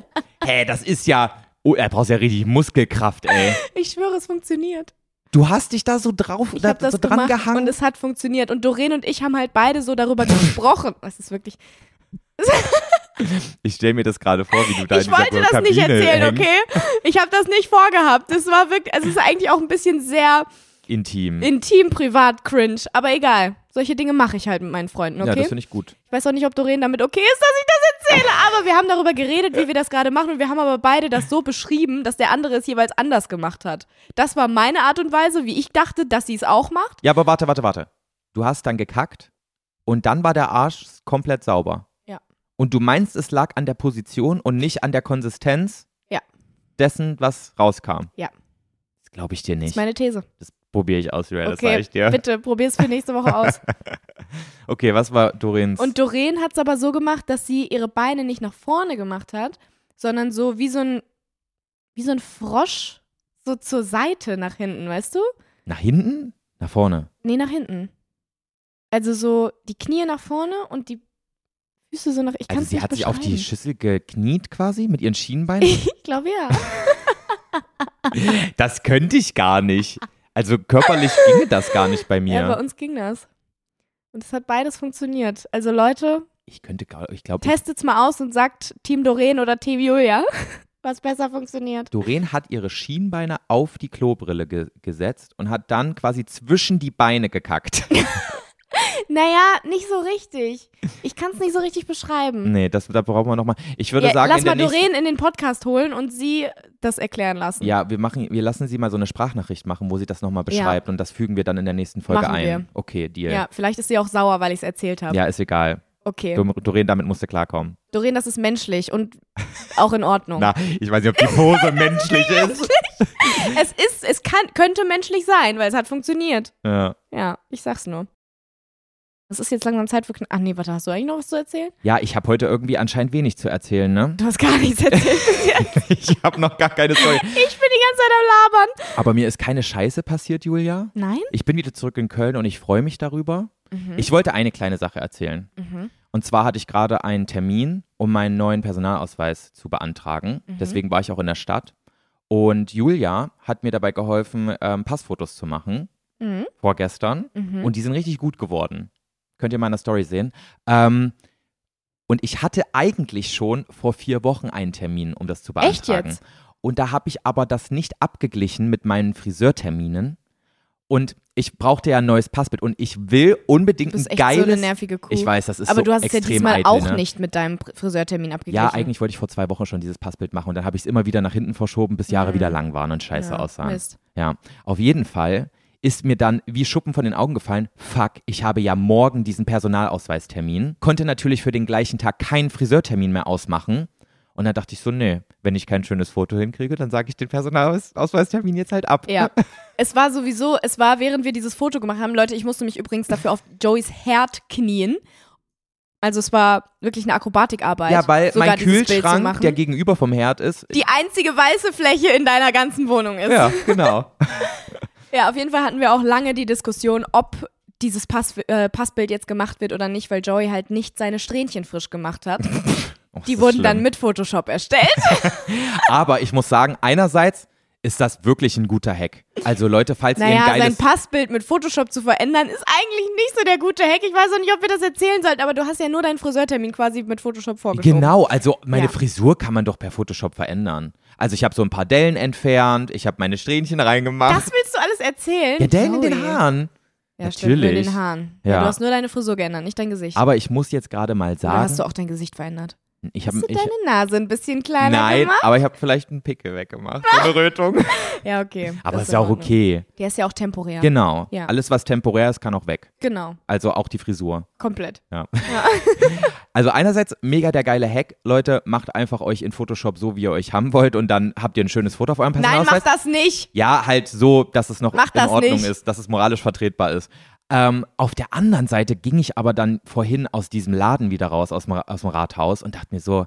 S2: Hä, das ist ja. Oh, er braucht ja richtig Muskelkraft, ey.
S3: Ich schwöre, es funktioniert.
S2: Du hast dich da so drauf,
S3: Ich
S2: da,
S3: habe das
S2: so dran
S3: gemacht
S2: gehangen.
S3: und es hat funktioniert. Und Doreen und ich haben halt beide so darüber gesprochen. Das ist wirklich.
S2: Ich stelle mir das gerade vor, wie du da
S3: ich
S2: in dieser
S3: wollte das
S2: Kabine
S3: nicht erzählen,
S2: hängst.
S3: okay? Ich habe das nicht vorgehabt. Das war wirklich. Also es ist eigentlich auch ein bisschen sehr
S2: Intim.
S3: intim, privat, cringe. Aber egal. Solche Dinge mache ich halt mit meinen Freunden,
S2: Ja,
S3: okay?
S2: das finde ich gut.
S3: ich weiß auch nicht, ob Doreen damit okay ist, dass ich das erzähle. Aber wir haben darüber geredet, wie wir das gerade machen. Und wir haben aber beide das so beschrieben, dass der andere es jeweils anders gemacht hat. Das war meine Art und Weise, wie ich dachte, dass sie es auch macht.
S2: Ja, aber warte, warte, warte. Du hast dann gekackt und dann war der Arsch komplett sauber.
S3: Ja.
S2: Und du meinst, es lag an der Position und nicht an der Konsistenz
S3: Ja.
S2: dessen, was rauskam.
S3: Ja.
S2: Das glaube ich dir
S3: Das
S2: nicht.
S3: ist meine These.
S2: das probiere ich aus, Julia, das
S3: Okay,
S2: sage ich dir.
S3: bitte probier's für nächste Woche aus.
S2: Okay, was war Dorins?
S3: Und Doreen hat es aber so gemacht, dass sie ihre Beine nicht nach vorne gemacht hat, sondern so wie so ein, wie so ein Frosch so zur Seite nach hinten, weißt du?
S2: Nach hinten? Nach vorne.
S3: Nee, nach hinten. Also so die Knie nach vorne und die Füße so nach. Ich kann
S2: Also
S3: es
S2: sie
S3: nicht
S2: hat sich auf
S3: beschreiben.
S2: die Schüssel gekniet quasi mit ihren Schienbeinen?
S3: ich glaube ja.
S2: das könnte ich gar nicht. Also körperlich ginge das gar nicht bei mir.
S3: ja. Äh, bei uns ging das. Und es hat beides funktioniert. Also Leute,
S2: ich könnte, gar- ich glaube,
S3: testet's mal aus und sagt Team Doreen oder Team Julia, was besser funktioniert.
S2: Doreen hat ihre Schienbeine auf die Klobrille ge gesetzt und hat dann quasi zwischen die Beine gekackt.
S3: Naja, nicht so richtig. Ich kann es nicht so richtig beschreiben.
S2: nee, das, da brauchen wir nochmal. Ich würde
S3: Ja,
S2: sagen,
S3: lass
S2: in
S3: mal
S2: der nächsten-
S3: Doreen in den Podcast holen und sie das erklären lassen.
S2: Ja, wir machen, wir lassen sie mal so eine Sprachnachricht machen, wo sie das nochmal beschreibt und das fügen wir dann in der nächsten Folge
S3: Machen
S2: ein.
S3: wir.
S2: Okay, Deal.
S3: Ja, vielleicht ist sie auch sauer, weil ich es erzählt habe.
S2: Ja, ist egal.
S3: Okay.
S2: Dor- Doreen, damit musste klarkommen.
S3: Doreen, das ist menschlich und auch in Ordnung.
S2: Na, ich weiß nicht, ob die Pose menschlich ist.
S3: Es ist, es kann, könnte menschlich sein, weil es hat funktioniert.
S2: Ja.
S3: Ja, ich sag's nur. Es ist jetzt langsam Zeit für. Kn Ach nee, warte, hast du eigentlich noch was zu erzählen?
S2: ja, ich habe heute irgendwie anscheinend wenig zu erzählen, ne?
S3: Du hast gar nichts erzählt. bis jetzt.
S2: Ich habe noch gar keine Story.
S3: ich bin die ganze Zeit am Labern.
S2: Aber mir ist keine Scheiße passiert, Julia.
S3: Nein?
S2: Ich bin wieder zurück in Köln und ich freue mich darüber.
S3: Mhm.
S2: Ich wollte eine kleine Sache erzählen.
S3: Mhm.
S2: Und zwar hatte ich gerade
S3: Mhm.
S2: einen Termin, um meinen neuen Personalausweis zu beantragen. Deswegen war ich auch in der Stadt. Und Julia hat mir dabei geholfen, ähm, Passfotos zu machen,
S3: Mhm.
S2: vorgestern.
S3: Mhm.
S2: Und die sind richtig gut geworden. Könnt ihr mal in der Story sehen. Ähm, und ich hatte eigentlich schon vor vier Wochen einen Termin, um das zu
S3: Echt
S2: beantragen.
S3: jetzt?
S2: Und da habe ich aber das nicht abgeglichen mit meinen Friseurterminen. Und ich brauchte ja ein neues Passbild. Und ich will
S3: du
S2: unbedingt
S3: bist
S2: ein
S3: echt so eine
S2: geiles.
S3: nervige Kuh.
S2: ich weiß, das ist
S3: Aber
S2: so
S3: du hast es ja
S2: extrem
S3: diesmal
S2: eitel,
S3: auch
S2: ne?
S3: nicht mit deinem Pr- Friseurtermin abgeglichen.
S2: Ja, eigentlich wollte ich vor zwei Wochen schon dieses Passbild machen und dann habe ich es immer wieder nach hinten verschoben, bis Jahre
S3: Mhm.
S2: wieder lang waren und scheiße
S3: Ja,
S2: aussahen.
S3: Mist.
S2: Ja, auf jeden Fall ist mir dann wie Schuppen von den Augen gefallen, fuck, ich habe ja morgen diesen Personalausweistermin, konnte natürlich für den gleichen Tag keinen Friseurtermin mehr ausmachen. Und dann dachte ich so, nee, wenn ich kein schönes Foto hinkriege, dann sage ich den Personalausweistermin jetzt halt ab.
S3: Ja. es war sowieso, es war, während wir dieses Foto gemacht haben, Leute, ich musste mich übrigens dafür auf Joeys Herd knien. Also es war wirklich eine Akrobatikarbeit.
S2: Ja, weil
S3: sogar
S2: mein
S3: dieses Bild zu
S2: Kühlschrank,
S3: machen.
S2: der gegenüber vom Herd ist.
S3: die einzige weiße Fläche in deiner ganzen Wohnung ist.
S2: ja, genau.
S3: Ja, auf jeden Fall hatten wir auch lange die Diskussion, ob dieses Pass, äh, Passbild jetzt gemacht wird oder nicht, weil Joey halt nicht seine Strähnchen frisch gemacht hat.
S2: Oh, das
S3: Die
S2: ist
S3: wurden
S2: schlimm.
S3: dann mit Photoshop erstellt.
S2: Aber ich muss sagen, einerseits ist das wirklich ein guter Hack. Also Leute, falls ihr
S3: Naja,
S2: ein
S3: sein
S2: geiles
S3: Passbild mit Photoshop zu verändern, ist eigentlich nicht so der gute Hack. Ich weiß auch nicht, ob wir das erzählen sollten, aber du hast ja nur deinen Friseurtermin quasi mit Photoshop vorgeschoben.
S2: Genau, also meine
S3: Ja.
S2: Frisur kann man doch per Photoshop verändern. Also ich habe so ein paar Dellen entfernt, ich habe meine Strähnchen reingemacht.
S3: Das willst du alles erzählen?
S2: ja, Dellen in den
S3: Sorry.
S2: Haaren.
S3: Ja, stimmt, nur in
S2: Natürlich.
S3: den Haaren.
S2: Ja.
S3: Du hast nur deine Frisur geändert, nicht dein Gesicht.
S2: Aber ich muss jetzt gerade mal
S3: Oder hast
S2: sagen,
S3: du auch dein Gesicht verändert?
S2: ich habe
S3: Hast du
S2: ich
S3: deine Nase ein bisschen kleiner
S2: Nein,
S3: gemacht?
S2: aber ich habe vielleicht einen Pickel weggemacht, so eine Rötung.
S3: Ja, okay.
S2: Aber
S3: das
S2: ist
S3: in
S2: ja auch
S3: Ordnung.
S2: okay.
S3: Der ist ja auch temporär.
S2: Genau.
S3: Ja.
S2: Alles was temporär ist, kann auch weg.
S3: genau,
S2: Also auch die Frisur.
S3: komplett.
S2: Ja.
S3: Ja.
S2: Also einerseits mega der geile Hack, Leute, macht einfach euch in Photoshop so, wie ihr euch haben wollt und dann habt ihr ein schönes Foto auf eurem
S3: Nein,
S2: Personalausweis.
S3: mach das nicht.
S2: Ja, halt so, dass es noch
S3: Mach
S2: in
S3: das
S2: Ordnung
S3: nicht.
S2: ist, dass es moralisch vertretbar ist. Ähm, auf der anderen Seite ging ich aber dann vorhin aus diesem Laden wieder raus, aus dem, Ra- aus dem Rathaus und dachte mir so,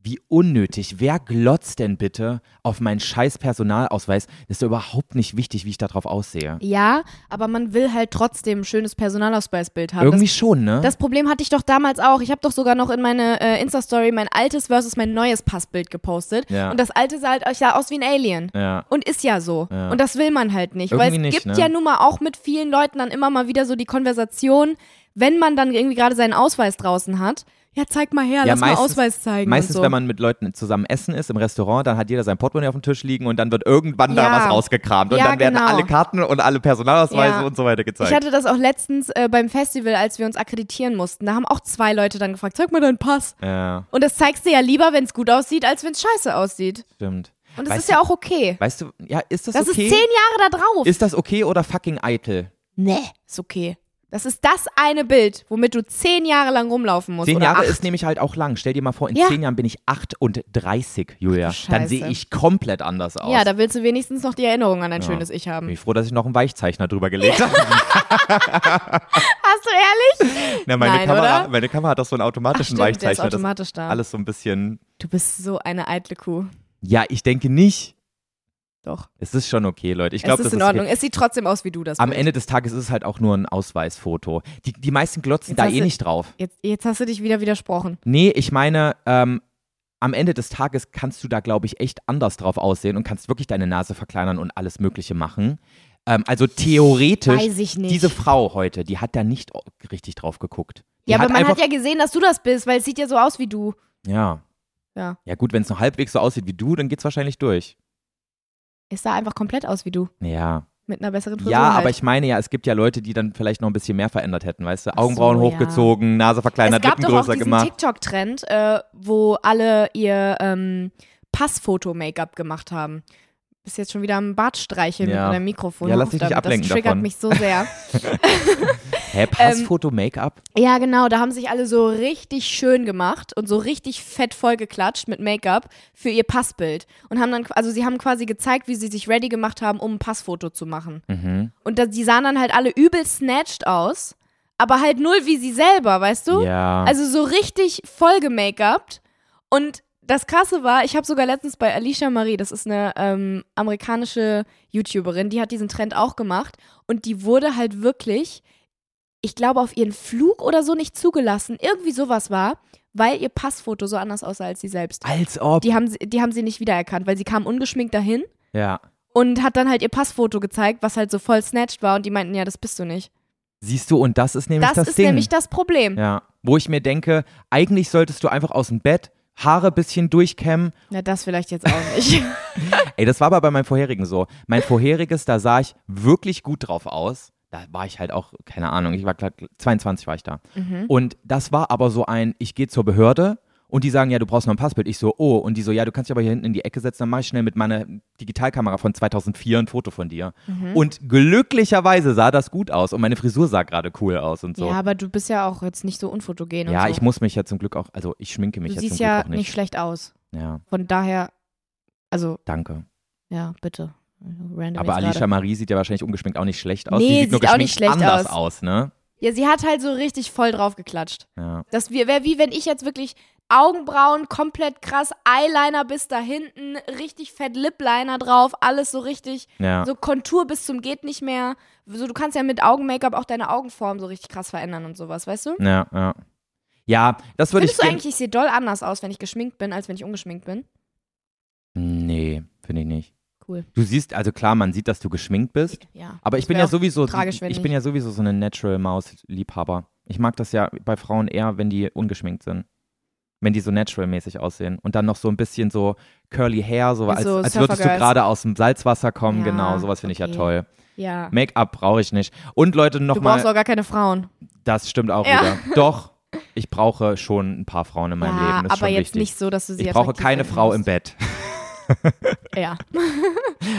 S2: wie unnötig, wer glotzt denn bitte auf meinen scheiß Personalausweis? Das ist doch überhaupt nicht wichtig, wie ich darauf aussehe.
S3: Ja, aber man will halt trotzdem ein schönes Personalausweisbild haben.
S2: Irgendwie schon, ne?
S3: das, das Problem hatte ich doch damals auch. Ich habe doch sogar noch in meine äh, Insta-Story mein altes versus mein neues Passbild gepostet.
S2: Ja.
S3: Und das alte sah halt auch- sah aus wie ein Alien.
S2: ja.
S3: Und ist ja so.
S2: Ja.
S3: Und das will man halt nicht. weil es
S2: Irgendwie nicht,
S3: gibt
S2: ne?
S3: ja nun mal auch mit vielen Leuten dann immer mal wieder so die Konversation, wenn man dann irgendwie gerade seinen Ausweis draußen hat. Ja, zeig mal her,
S2: Ja,
S3: lass mal Ausweis zeigen.
S2: Meistens,
S3: und so.
S2: wenn man mit Leuten zusammen essen ist im Restaurant, dann hat jeder sein Portemonnaie auf dem Tisch liegen und dann wird irgendwann da
S3: Ja.
S2: was rausgekramt und
S3: Ja,
S2: dann werden
S3: genau.
S2: alle Karten und alle Personalausweise
S3: Ja.
S2: und so weiter gezeigt.
S3: Ich hatte das auch letztens äh, beim Festival, als wir uns akkreditieren mussten. Da haben auch zwei Leute dann gefragt, zeig mal deinen Pass.
S2: ja,
S3: Und das zeigst du ja lieber, wenn es gut aussieht, als wenn es scheiße aussieht.
S2: stimmt.
S3: Und das
S2: Weißt
S3: ist ja auch okay.
S2: Weißt du, ja, ist das,
S3: Das
S2: okay?
S3: ist zehn Jahre da drauf.
S2: Ist das okay oder fucking eitel?
S3: nee, ist okay. Das ist das eine Bild, womit du zehn Jahre lang rumlaufen musst.
S2: Zehn
S3: oder
S2: Jahre
S3: acht.
S2: ist nämlich halt auch lang. Stell dir mal vor, in
S3: Ja.
S2: zehn Jahren bin ich 38, Julia.
S3: Ach du
S2: Dann sehe
S3: Scheiße.
S2: ich komplett anders aus.
S3: Ja, da willst du wenigstens noch die Erinnerung an ein schönes Ich
S2: bin
S3: haben.
S2: ich froh, dass ich noch einen Weichzeichner drüber gelegt habe.
S3: Hast du ehrlich?
S2: Na, meine,
S3: Nein,
S2: Kamera,
S3: oder?
S2: meine Kamera hat doch so einen automatischen
S3: Ach, stimmt, der ist
S2: Weichzeichner. das
S3: automatisch da.
S2: alles so ein bisschen.
S3: Du bist so eine eitle Kuh.
S2: Ja, ich denke nicht.
S3: Doch.
S2: Es ist schon okay, Leute. Ich glaube,
S3: es ist
S2: das
S3: in
S2: ist
S3: Ordnung.
S2: okay.
S3: Es sieht trotzdem aus, wie du das
S2: Am
S3: Bild.
S2: Ende des Tages ist es halt auch nur ein Ausweisfoto. Die, die meisten glotzen
S3: Jetzt
S2: da
S3: hast
S2: eh
S3: du-
S2: nicht drauf.
S3: Jetzt, jetzt hast du dich wieder widersprochen.
S2: Nee, ich meine, ähm, am Ende des Tages kannst du da, glaube ich, echt anders drauf aussehen und kannst wirklich deine Nase verkleinern und alles Mögliche machen. Ähm, also theoretisch,
S3: Weiß ich nicht.
S2: diese Frau heute, die hat da nicht o- richtig drauf geguckt. Die
S3: Ja, aber man hat
S2: einfach,
S3: ja gesehen, dass du das bist, weil es sieht ja so aus wie du.
S2: ja. Ja,
S3: Ja.
S2: gut, wenn es noch halbwegs so aussieht wie du, dann geht's wahrscheinlich durch.
S3: Es sah einfach komplett aus wie du.
S2: Ja.
S3: Mit einer besseren Frisur.
S2: Ja,
S3: halt.
S2: aber ich meine ja, es gibt ja Leute, die dann vielleicht noch ein bisschen mehr verändert hätten, weißt du?
S3: so,
S2: Augenbrauen
S3: ja.
S2: hochgezogen, Nase
S3: Es
S2: verkleinert,
S3: gab
S2: Lippen
S3: doch auch
S2: größer
S3: diesen
S2: gemacht.
S3: TikTok-Trend, äh, wo alle ihr ähm, Passfoto-Make-up gemacht haben. Bist jetzt schon wieder am Bart streicheln
S2: Ja.
S3: mit meinem Mikrofon.
S2: Ja,
S3: Hör
S2: lass
S3: auf
S2: dich nicht
S3: damit.
S2: ablenken
S3: Das triggert
S2: davon.
S3: mich so sehr.
S2: Hä,
S3: ähm,
S2: Passfoto, Make-up?
S3: Ja, genau, da haben sich alle so richtig schön gemacht und so richtig fett vollgeklatscht mit Make-up für ihr Passbild und haben dann also sie haben quasi gezeigt, wie sie sich ready gemacht haben, um ein Passfoto zu machen.
S2: Mhm.
S3: Und das, die sahen dann halt alle übel snatched aus, aber halt null wie sie selber, weißt du?
S2: Ja.
S3: Also so richtig voll gemake-upt. Und das Krasse war, ich habe sogar letztens bei Alicia Marie, das ist eine ähm, amerikanische YouTuberin, die hat diesen Trend auch gemacht. Und die wurde halt wirklich, ich glaube, auf ihren Flug oder so nicht zugelassen. Irgendwie sowas war, weil ihr Passfoto so anders aussah als sie selbst.
S2: Als ob.
S3: Die haben, sie- die haben sie nicht wiedererkannt, weil sie kam ungeschminkt dahin
S2: Ja.
S3: und hat dann halt ihr Passfoto gezeigt, was halt so voll snatched war und die meinten, ja, das bist du nicht.
S2: Siehst du, und das ist nämlich
S3: Das,
S2: das,
S3: ist
S2: Ding.
S3: nämlich das Problem.
S2: ja. Wo ich mir denke, eigentlich solltest du einfach aus dem Bett Haare bisschen durchkämmen.
S3: Na, das vielleicht jetzt auch nicht.
S2: Ey, das war aber bei meinem vorherigen so. Mein vorheriges, da sah ich wirklich gut drauf aus. Da war ich halt auch, keine Ahnung, ich war klar, 22 war ich da.
S3: Mhm,
S2: Und das war aber so ein, ich gehe zur Behörde und die sagen, ja, du brauchst noch ein Passbild. Ich so, oh, und die so, ja, du kannst dich aber hier hinten in die Ecke setzen, dann mache ich schnell mit meiner Digitalkamera von 2004 ein Foto von dir.
S3: mhm.
S2: Und glücklicherweise sah das gut aus und meine Frisur sah gerade cool aus und so.
S3: Ja, aber du bist ja auch jetzt nicht so unfotogen
S2: Ja,
S3: und so.
S2: ich muss mich ja zum Glück auch, also ich schminke mich
S3: du
S2: ja
S3: siehst
S2: zum
S3: ja
S2: Glück auch nicht.
S3: schlecht aus.
S2: Ja,
S3: Von daher, also,
S2: danke.
S3: ja, bitte. Random
S2: Aber
S3: jetzt
S2: Alicia
S3: gerade.
S2: Marie sieht ja wahrscheinlich ungeschminkt auch nicht schlecht aus.
S3: Nee,
S2: die sieht, nur
S3: sieht auch
S2: geschminkt
S3: nicht schlecht
S2: anders
S3: aus.
S2: aus, ne?
S3: Ja, sie hat halt so richtig voll drauf geklatscht.
S2: Ja.
S3: Das wäre wie wenn ich jetzt wirklich Augenbrauen komplett krass, Eyeliner bis da hinten, richtig fett Lipliner drauf, alles so richtig,
S2: Ja.
S3: so Kontur bis zum geht nicht mehr. So, du kannst ja mit Augen-Make-up auch deine Augenform so richtig krass verändern und sowas, weißt du?
S2: ja, ja. Ja, das würde ich.
S3: Findest du
S2: gern-
S3: eigentlich, ich sehe doll anders aus, wenn ich geschminkt bin, als wenn ich ungeschminkt bin?
S2: Nee, finde ich nicht.
S3: Cool.
S2: Du siehst, also klar, man sieht, dass du geschminkt bist.
S3: Ja.
S2: Aber ich bin
S3: wär
S2: ja
S3: auch
S2: sowieso,
S3: tragisch, wenn
S2: ich bin
S3: nicht.
S2: ja sowieso so eine Natural Mouse Liebhaber. Ich mag das ja bei Frauen eher, wenn die ungeschminkt sind, wenn die so natural-mäßig aussehen und dann noch so ein bisschen so curly Hair, so als,
S3: So
S2: als würdest du
S3: Surfergirls.
S2: gerade aus dem Salzwasser kommen.
S3: Ja,
S2: genau, sowas finde ich ja
S3: okay.
S2: toll.
S3: Ja.
S2: Make-up brauche ich nicht. Und Leute
S3: Du brauchst
S2: nochmal,
S3: auch gar keine Frauen.
S2: das stimmt auch
S3: Ja.
S2: wieder. Doch, ich brauche schon ein paar Frauen in meinem
S3: ja,
S2: Leben. Das ist
S3: aber
S2: schon
S3: jetzt
S2: wichtig.
S3: nicht so, dass du sie
S2: ich brauche
S3: attraktiv
S2: keine
S3: finden
S2: Frau
S3: musst.
S2: im Bett.
S3: Ja.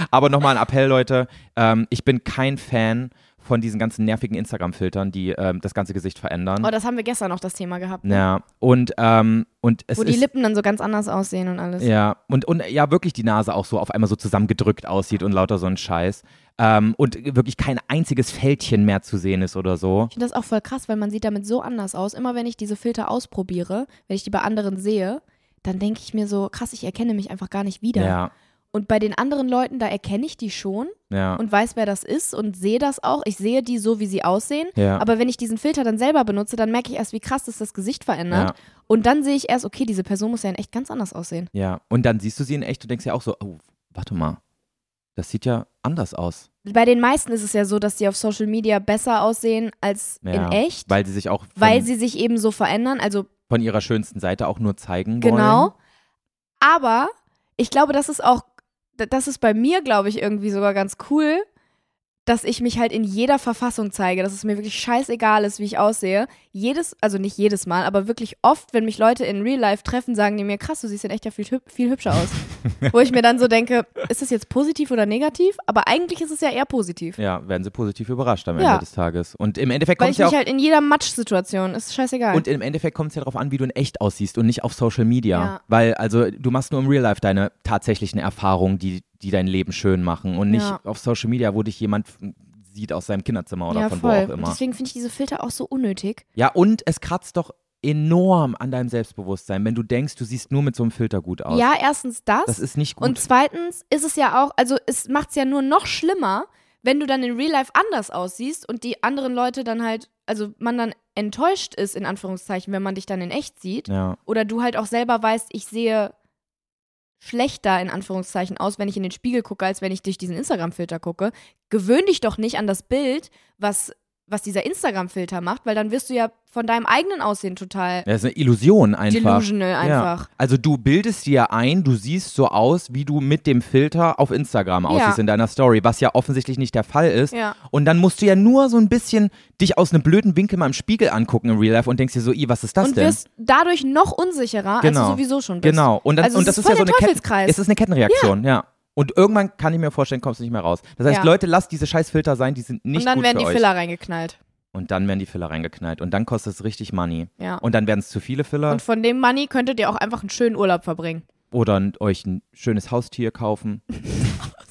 S2: Aber nochmal ein Appell, Leute. Ähm, ich bin kein Fan von diesen ganzen nervigen Instagram-Filtern, die ähm, das ganze Gesicht verändern.
S3: Oh, das haben wir gestern noch das Thema gehabt. ne?
S2: ja, und, ähm, und es
S3: Wo die
S2: ist.
S3: Lippen dann so ganz anders aussehen und alles.
S2: ja, und, und ja, wirklich die Nase auch so auf einmal so zusammengedrückt aussieht und lauter so ein Scheiß. Ähm, und wirklich kein einziges Fältchen mehr zu sehen ist oder so.
S3: Ich finde das auch voll krass, weil man sieht damit so anders aus. Immer wenn ich diese Filter ausprobiere, wenn ich die bei anderen sehe, dann denke ich mir so, krass, ich erkenne mich einfach gar nicht wieder.
S2: Ja,
S3: Und bei den anderen Leuten, da erkenne ich die schon
S2: ja.
S3: und weiß, wer das ist und sehe das auch. Ich sehe die so, wie sie aussehen.
S2: Ja.
S3: Aber wenn ich diesen Filter dann selber benutze, dann merke ich erst, wie krass das das Gesicht verändert.
S2: Ja.
S3: Und dann sehe ich erst, okay, diese Person muss ja in echt ganz anders aussehen.
S2: Ja, und dann siehst du sie in echt und denkst ja auch so, oh, warte mal, das sieht ja anders aus.
S3: Bei den meisten ist es ja so, dass die auf Social Media besser aussehen als
S2: Ja,
S3: in echt.
S2: Weil sie sich auch von,
S3: weil sie sich eben so verändern. Also
S2: von ihrer schönsten Seite auch nur zeigen wollen.
S3: Genau. Aber ich glaube, das ist auch, d- das ist bei mir, glaube ich, irgendwie sogar ganz cool, dass ich mich halt in jeder Verfassung zeige, dass es mir wirklich scheißegal ist, wie ich aussehe. Jedes, also nicht jedes Mal, aber wirklich oft, wenn mich Leute in Real Life treffen, sagen die mir, krass, du siehst in echt ja viel, hüb- viel hübscher aus. Wo ich mir dann so denke, ist das jetzt positiv oder negativ? Aber eigentlich ist es ja eher positiv.
S2: Ja, werden sie positiv überrascht am
S3: Ja.
S2: Ende des Tages. Und im Endeffekt
S3: weil
S2: kommt es
S3: ich
S2: ja
S3: mich
S2: auch,
S3: halt in jeder Matsch-Situation, ist scheißegal.
S2: und im Endeffekt kommt es ja darauf an, wie du in echt aussiehst und nicht auf Social Media.
S3: Ja.
S2: Weil, also, du machst nur im Real Life deine tatsächlichen Erfahrungen, die, die dein Leben schön machen und nicht
S3: Ja.
S2: auf Social Media, wo dich jemand sieht aus seinem Kinderzimmer oder
S3: ja,
S2: von
S3: voll.
S2: wo auch
S3: Und
S2: immer.
S3: deswegen finde ich diese Filter auch so unnötig.
S2: Ja, und es kratzt doch enorm an deinem Selbstbewusstsein, wenn du denkst, du siehst nur mit so einem Filter gut aus.
S3: Ja, erstens das.
S2: Das ist nicht gut.
S3: Und zweitens ist es ja auch, also es macht es ja nur noch schlimmer, wenn du dann in Real Life anders aussiehst und die anderen Leute dann halt, also man dann enttäuscht ist, in Anführungszeichen, wenn man dich dann in echt sieht.
S2: ja,
S3: Oder du halt auch selber weißt, ich sehe schlechter in Anführungszeichen aus, wenn ich in den Spiegel gucke, als wenn ich durch diesen Instagram-Filter gucke. Gewöhn dich doch nicht an das Bild, was, was dieser Instagram-Filter macht, weil dann wirst du ja von deinem eigenen Aussehen total
S2: das ist eine Illusion einfach.
S3: delusional
S2: Ja.
S3: einfach.
S2: Also du bildest dir ein, du siehst so aus, wie du mit dem Filter auf Instagram aussiehst in deiner Story, was ja offensichtlich nicht der Fall ist.
S3: Ja.
S2: Und dann musst du ja nur so ein bisschen dich aus einem blöden Winkel mal im Spiegel angucken im Real Life und denkst dir so, i, was ist das
S3: und
S2: denn?
S3: wirst dadurch noch unsicherer, als
S2: Genau.
S3: du sowieso schon bist.
S2: Genau. Und, dann,
S3: Also
S2: und
S3: es
S2: das
S3: ist
S2: ist, ja
S3: voll
S2: so eine
S3: der
S2: Ketten,
S3: Teufelskreis.
S2: es ist eine Kettenreaktion, ja. Und irgendwann kann ich mir vorstellen, kommst du nicht mehr raus. Das heißt,
S3: Ja.
S2: Leute, lasst diese Scheißfilter sein, die sind nicht
S3: und dann
S2: gut
S3: werden
S2: für
S3: die
S2: euch.
S3: Filler reingeknallt.
S2: Und dann werden die Filler reingeknallt. Und dann kostet es richtig Money.
S3: Ja. Und,
S2: Und dann werden es zu viele Filler.
S3: von dem Money könntet ihr auch einfach einen schönen Urlaub verbringen.
S2: Oder n- euch ein schönes Haustier kaufen.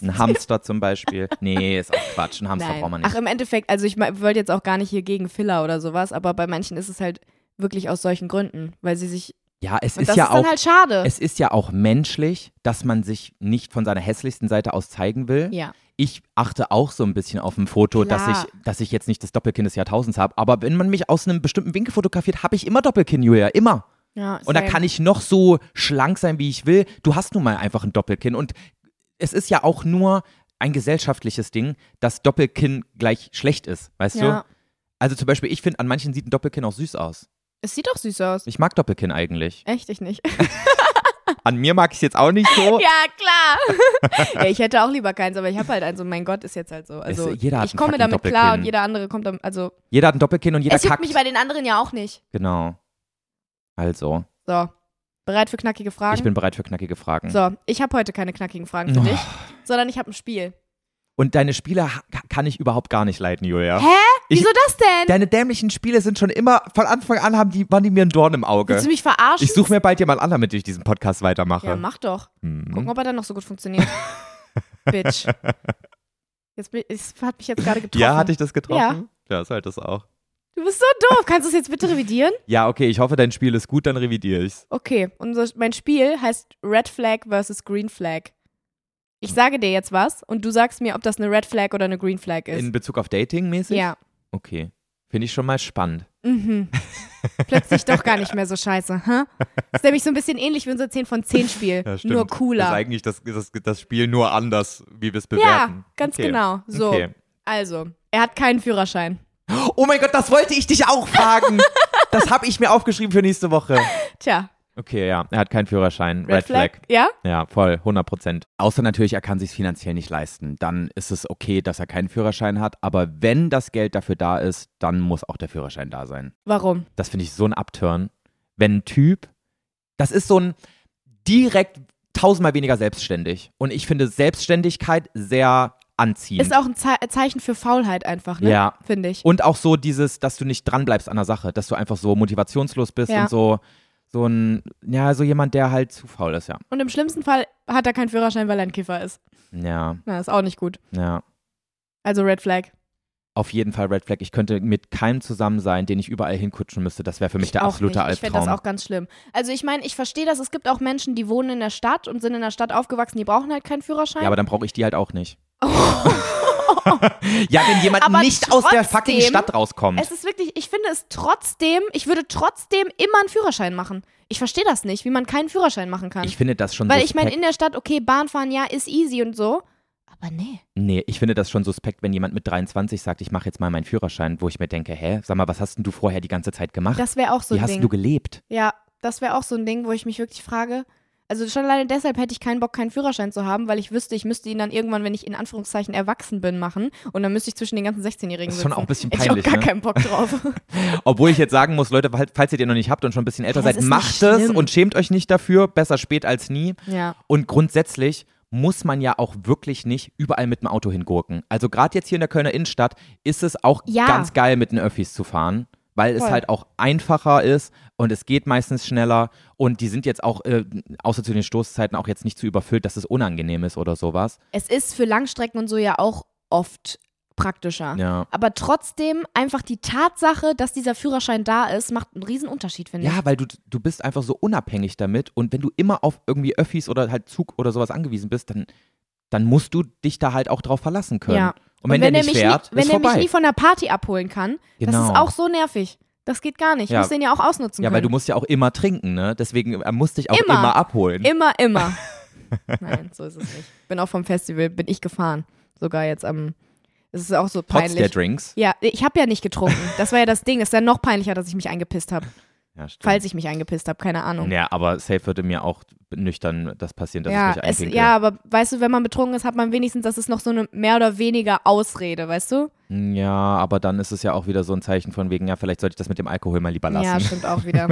S2: ein Hamster zum Beispiel. Nee, ist auch Quatsch. Ein Hamster
S3: Nein.
S2: braucht man nicht.
S3: Ach, im Endeffekt, also ich me- wollte jetzt auch gar nicht hier gegen Filler oder sowas, aber bei manchen ist es halt wirklich aus solchen Gründen, weil sie sich.
S2: ja, es
S3: Und
S2: ist
S3: das
S2: ja
S3: ist dann
S2: auch.
S3: halt schade.
S2: es ist ja auch menschlich, dass man sich nicht von seiner hässlichsten Seite aus zeigen will.
S3: ja.
S2: Ich achte auch so ein bisschen auf ein Foto, dass
S3: Klar.
S2: ich, dass ich jetzt nicht das Doppelkinn des Jahrtausends habe. Aber wenn man mich aus einem bestimmten Winkel fotografiert, habe ich immer Doppelkinn, Julia. Immer.
S3: ja
S2: Und da kann ich noch so schlank sein, wie ich will. Du hast nun mal einfach ein Doppelkinn. Und es ist ja auch nur ein gesellschaftliches Ding, dass Doppelkinn gleich schlecht ist, weißt
S3: ja.
S2: du? Also zum Beispiel, ich finde, an manchen sieht ein Doppelkinn auch süß aus.
S3: Es sieht doch süß aus.
S2: Ich mag Doppelkinn eigentlich.
S3: Echt, ich nicht.
S2: An mir mag ich es jetzt auch nicht so.
S3: ja, klar. ja, ich hätte auch lieber keins, aber ich habe halt eins und mein Gott, ist jetzt halt so. Also,
S2: Es- jeder hat
S3: ich
S2: einen
S3: komme
S2: fucking
S3: damit klar
S2: Doppelkinn.
S3: und jeder andere kommt damit. Also,
S2: Jeder hat ein Doppelkinn und jeder
S3: es juckt
S2: kackt.
S3: mich bei den anderen ja auch nicht.
S2: genau. Also,
S3: So, bereit für knackige Fragen?
S2: ich bin bereit für knackige Fragen.
S3: so, ich habe heute keine knackigen Fragen für
S2: Hm. Oh.
S3: dich, sondern ich habe ein Spiel.
S2: Und deine Spiele ha- kann ich überhaupt gar nicht leiden, Julia.
S3: Hä?
S2: Ich-
S3: Wieso das denn?
S2: Deine dämlichen Spiele sind schon immer, von Anfang an haben die, waren die mir ein Dorn im
S3: Willst du
S2: Auge.
S3: mich verarschen?
S2: Ich suche mir bald jemand anderen, mit dem ich diesen Podcast weitermache.
S3: ja, mach doch.
S2: Hm.
S3: Gucken, ob er dann noch so gut funktioniert. Bitch. Jetzt, bin- es hat mich jetzt gerade getroffen.
S2: ja, hatte ich das getroffen?
S3: Ja.
S2: Ja. ist halt das auch.
S3: Du bist so doof. Kannst du es jetzt bitte revidieren?
S2: Ja, okay, ich hoffe, dein Spiel ist gut, dann revidiere ich's.
S3: Okay, unser, mein Spiel heißt Red Flag versus Green Flag. Ich sage dir jetzt was und du sagst mir, ob das eine Red Flag oder eine Green Flag ist.
S2: In Bezug auf Dating mäßig?
S3: ja.
S2: Okay. Finde ich schon mal spannend.
S3: Mhm. Plötzlich doch gar nicht mehr so scheiße, hä? Ist nämlich so ein bisschen ähnlich wie unser 10 von 10 Spiel, nur
S2: Das ist
S3: cooler.
S2: eigentlich das, das, das Spiel nur anders, wie wir es bewerten.
S3: Ja, ganz
S2: Okay.
S3: genau. So,
S2: Okay.
S3: also, er hat keinen Führerschein.
S2: Oh mein Gott, das wollte ich dich auch fragen. das habe ich mir aufgeschrieben für nächste Woche.
S3: Tja,
S2: Okay, ja, er hat keinen Führerschein. Red,
S3: Red, Flag. Ja?
S2: Ja, voll, 100 Prozent. Außer natürlich, er kann sich finanziell nicht leisten. Dann ist es okay, dass er keinen Führerschein hat. Aber wenn das Geld dafür da ist, dann muss auch der Führerschein da sein.
S3: Warum?
S2: Das finde ich so ein Upturn. Wenn ein Typ, das ist so ein direkt tausendmal weniger selbstständig. Und ich finde Selbstständigkeit sehr anziehend.
S3: Ist auch ein Ze Zeichen für Faulheit einfach, ne?
S2: Ja.
S3: Finde ich.
S2: Und auch so dieses, dass du nicht dranbleibst an der Sache, dass du einfach so motivationslos bist
S3: Ja.
S2: und so, so ein, ja, so jemand, der halt zu faul ist, ja.
S3: Und im schlimmsten Fall hat er keinen Führerschein, weil er ein Kiffer ist.
S2: Ja,
S3: Na, ist auch nicht gut.
S2: ja.
S3: Also Red Flag.
S2: Auf jeden Fall Red Flag. Ich könnte mit keinem zusammen sein, den ich überall hinkutschen müsste. Das wäre für mich der
S3: auch
S2: absolute
S3: nicht. Ich finde
S2: Albtraum.
S3: das auch ganz schlimm. Also ich meine, ich verstehe das. Es gibt auch Menschen, die wohnen in der Stadt und sind in der Stadt aufgewachsen, die brauchen halt keinen Führerschein.
S2: ja, aber dann brauche ich die halt auch nicht. ja, wenn jemand
S3: Aber
S2: nicht aus der
S3: trotzdem-
S2: fucking Stadt rauskommt.
S3: es ist wirklich, ich finde es trotzdem, ich würde trotzdem immer einen Führerschein machen. Ich verstehe das nicht, wie man keinen Führerschein machen kann.
S2: Ich finde das schon
S3: Weil ich
S2: suspekt.
S3: meine, in der Stadt, okay, Bahnfahren, ja, ist easy und so. Aber nee.
S2: nee, ich finde das schon suspekt, wenn jemand mit 23 sagt, ich mache jetzt mal meinen Führerschein, wo ich mir denke, hä, sag mal, was hast denn du vorher die ganze Zeit gemacht?
S3: Das wäre auch so
S2: Wie
S3: ein
S2: hast denn du
S3: Ding.
S2: gelebt?
S3: Ja, das wäre auch so ein Ding, wo ich mich wirklich frage. Also schon alleine deshalb hätte ich keinen Bock, keinen Führerschein zu haben, weil ich wüsste, ich müsste ihn dann irgendwann, wenn ich in Anführungszeichen erwachsen bin, machen. Und dann müsste ich zwischen den ganzen 16-Jährigen
S2: Das ist
S3: sitzen.
S2: schon auch ein bisschen
S3: Hätte ich auch
S2: peinlich,
S3: gar
S2: ne?
S3: keinen Bock drauf.
S2: Obwohl ich jetzt sagen muss, Leute, falls ihr den noch nicht habt und schon ein bisschen älter
S3: Das
S2: seid,
S3: ist nicht
S2: macht es
S3: schlimm.
S2: und schämt euch nicht dafür. Besser spät als nie.
S3: ja.
S2: Und grundsätzlich muss man ja auch wirklich nicht überall mit dem Auto hingurken. Also gerade jetzt hier in der Kölner Innenstadt ist es auch
S3: Ja.
S2: ganz geil, mit den Öffis zu fahren, weil es
S3: Voll.
S2: halt auch einfacher ist und es geht meistens schneller und die sind jetzt auch, äh, außer zu den Stoßzeiten, auch jetzt nicht zu überfüllt, dass es unangenehm ist oder sowas.
S3: Es ist für Langstrecken und so ja auch oft praktischer.
S2: Ja.
S3: Aber trotzdem, einfach die Tatsache, dass dieser Führerschein da ist, macht einen riesen Unterschied, finde ich.
S2: Ja, weil du, du bist einfach so unabhängig damit und wenn du immer auf irgendwie Öffis oder halt Zug oder sowas angewiesen bist, dann, dann musst du dich da halt auch drauf verlassen können.
S3: Ja.
S2: Und wenn, der
S3: er
S2: nicht
S3: mich
S2: fährt,
S3: nie, wenn
S2: ist
S3: er mich
S2: vorbei.
S3: nie von der Party abholen kann, das
S2: Genau.
S3: ist auch so nervig. Das geht gar nicht. Ich
S2: Ja.
S3: muss den ja auch ausnutzen
S2: Ja,
S3: können.
S2: weil du musst ja auch immer trinken, ne? Deswegen er muss dich auch immer,
S3: Immer.
S2: abholen.
S3: Immer, immer. Nein, so ist es nicht. Bin auch vom Festival, bin ich gefahren. Sogar jetzt am. Es ist auch so
S2: Trotz der
S3: peinlich.
S2: Drinks.
S3: Ja, ich habe ja nicht getrunken. Das war ja das Ding. Es ist ja noch peinlicher, dass ich mich eingepisst habe.
S2: Ja, stimmt.
S3: Falls ich mich eingepisst habe, keine Ahnung.
S2: ja, aber safe würde mir auch nüchtern das passieren, dass
S3: ja,
S2: ich mich
S3: es,
S2: einpinkel.
S3: ja, aber weißt du, wenn man betrunken ist, hat man wenigstens, das ist noch so eine mehr oder weniger Ausrede, weißt du?
S2: ja, aber dann ist es ja auch wieder so ein Zeichen von wegen, ja, vielleicht sollte ich das mit dem Alkohol mal lieber
S3: Ja,
S2: lassen.
S3: stimmt auch wieder.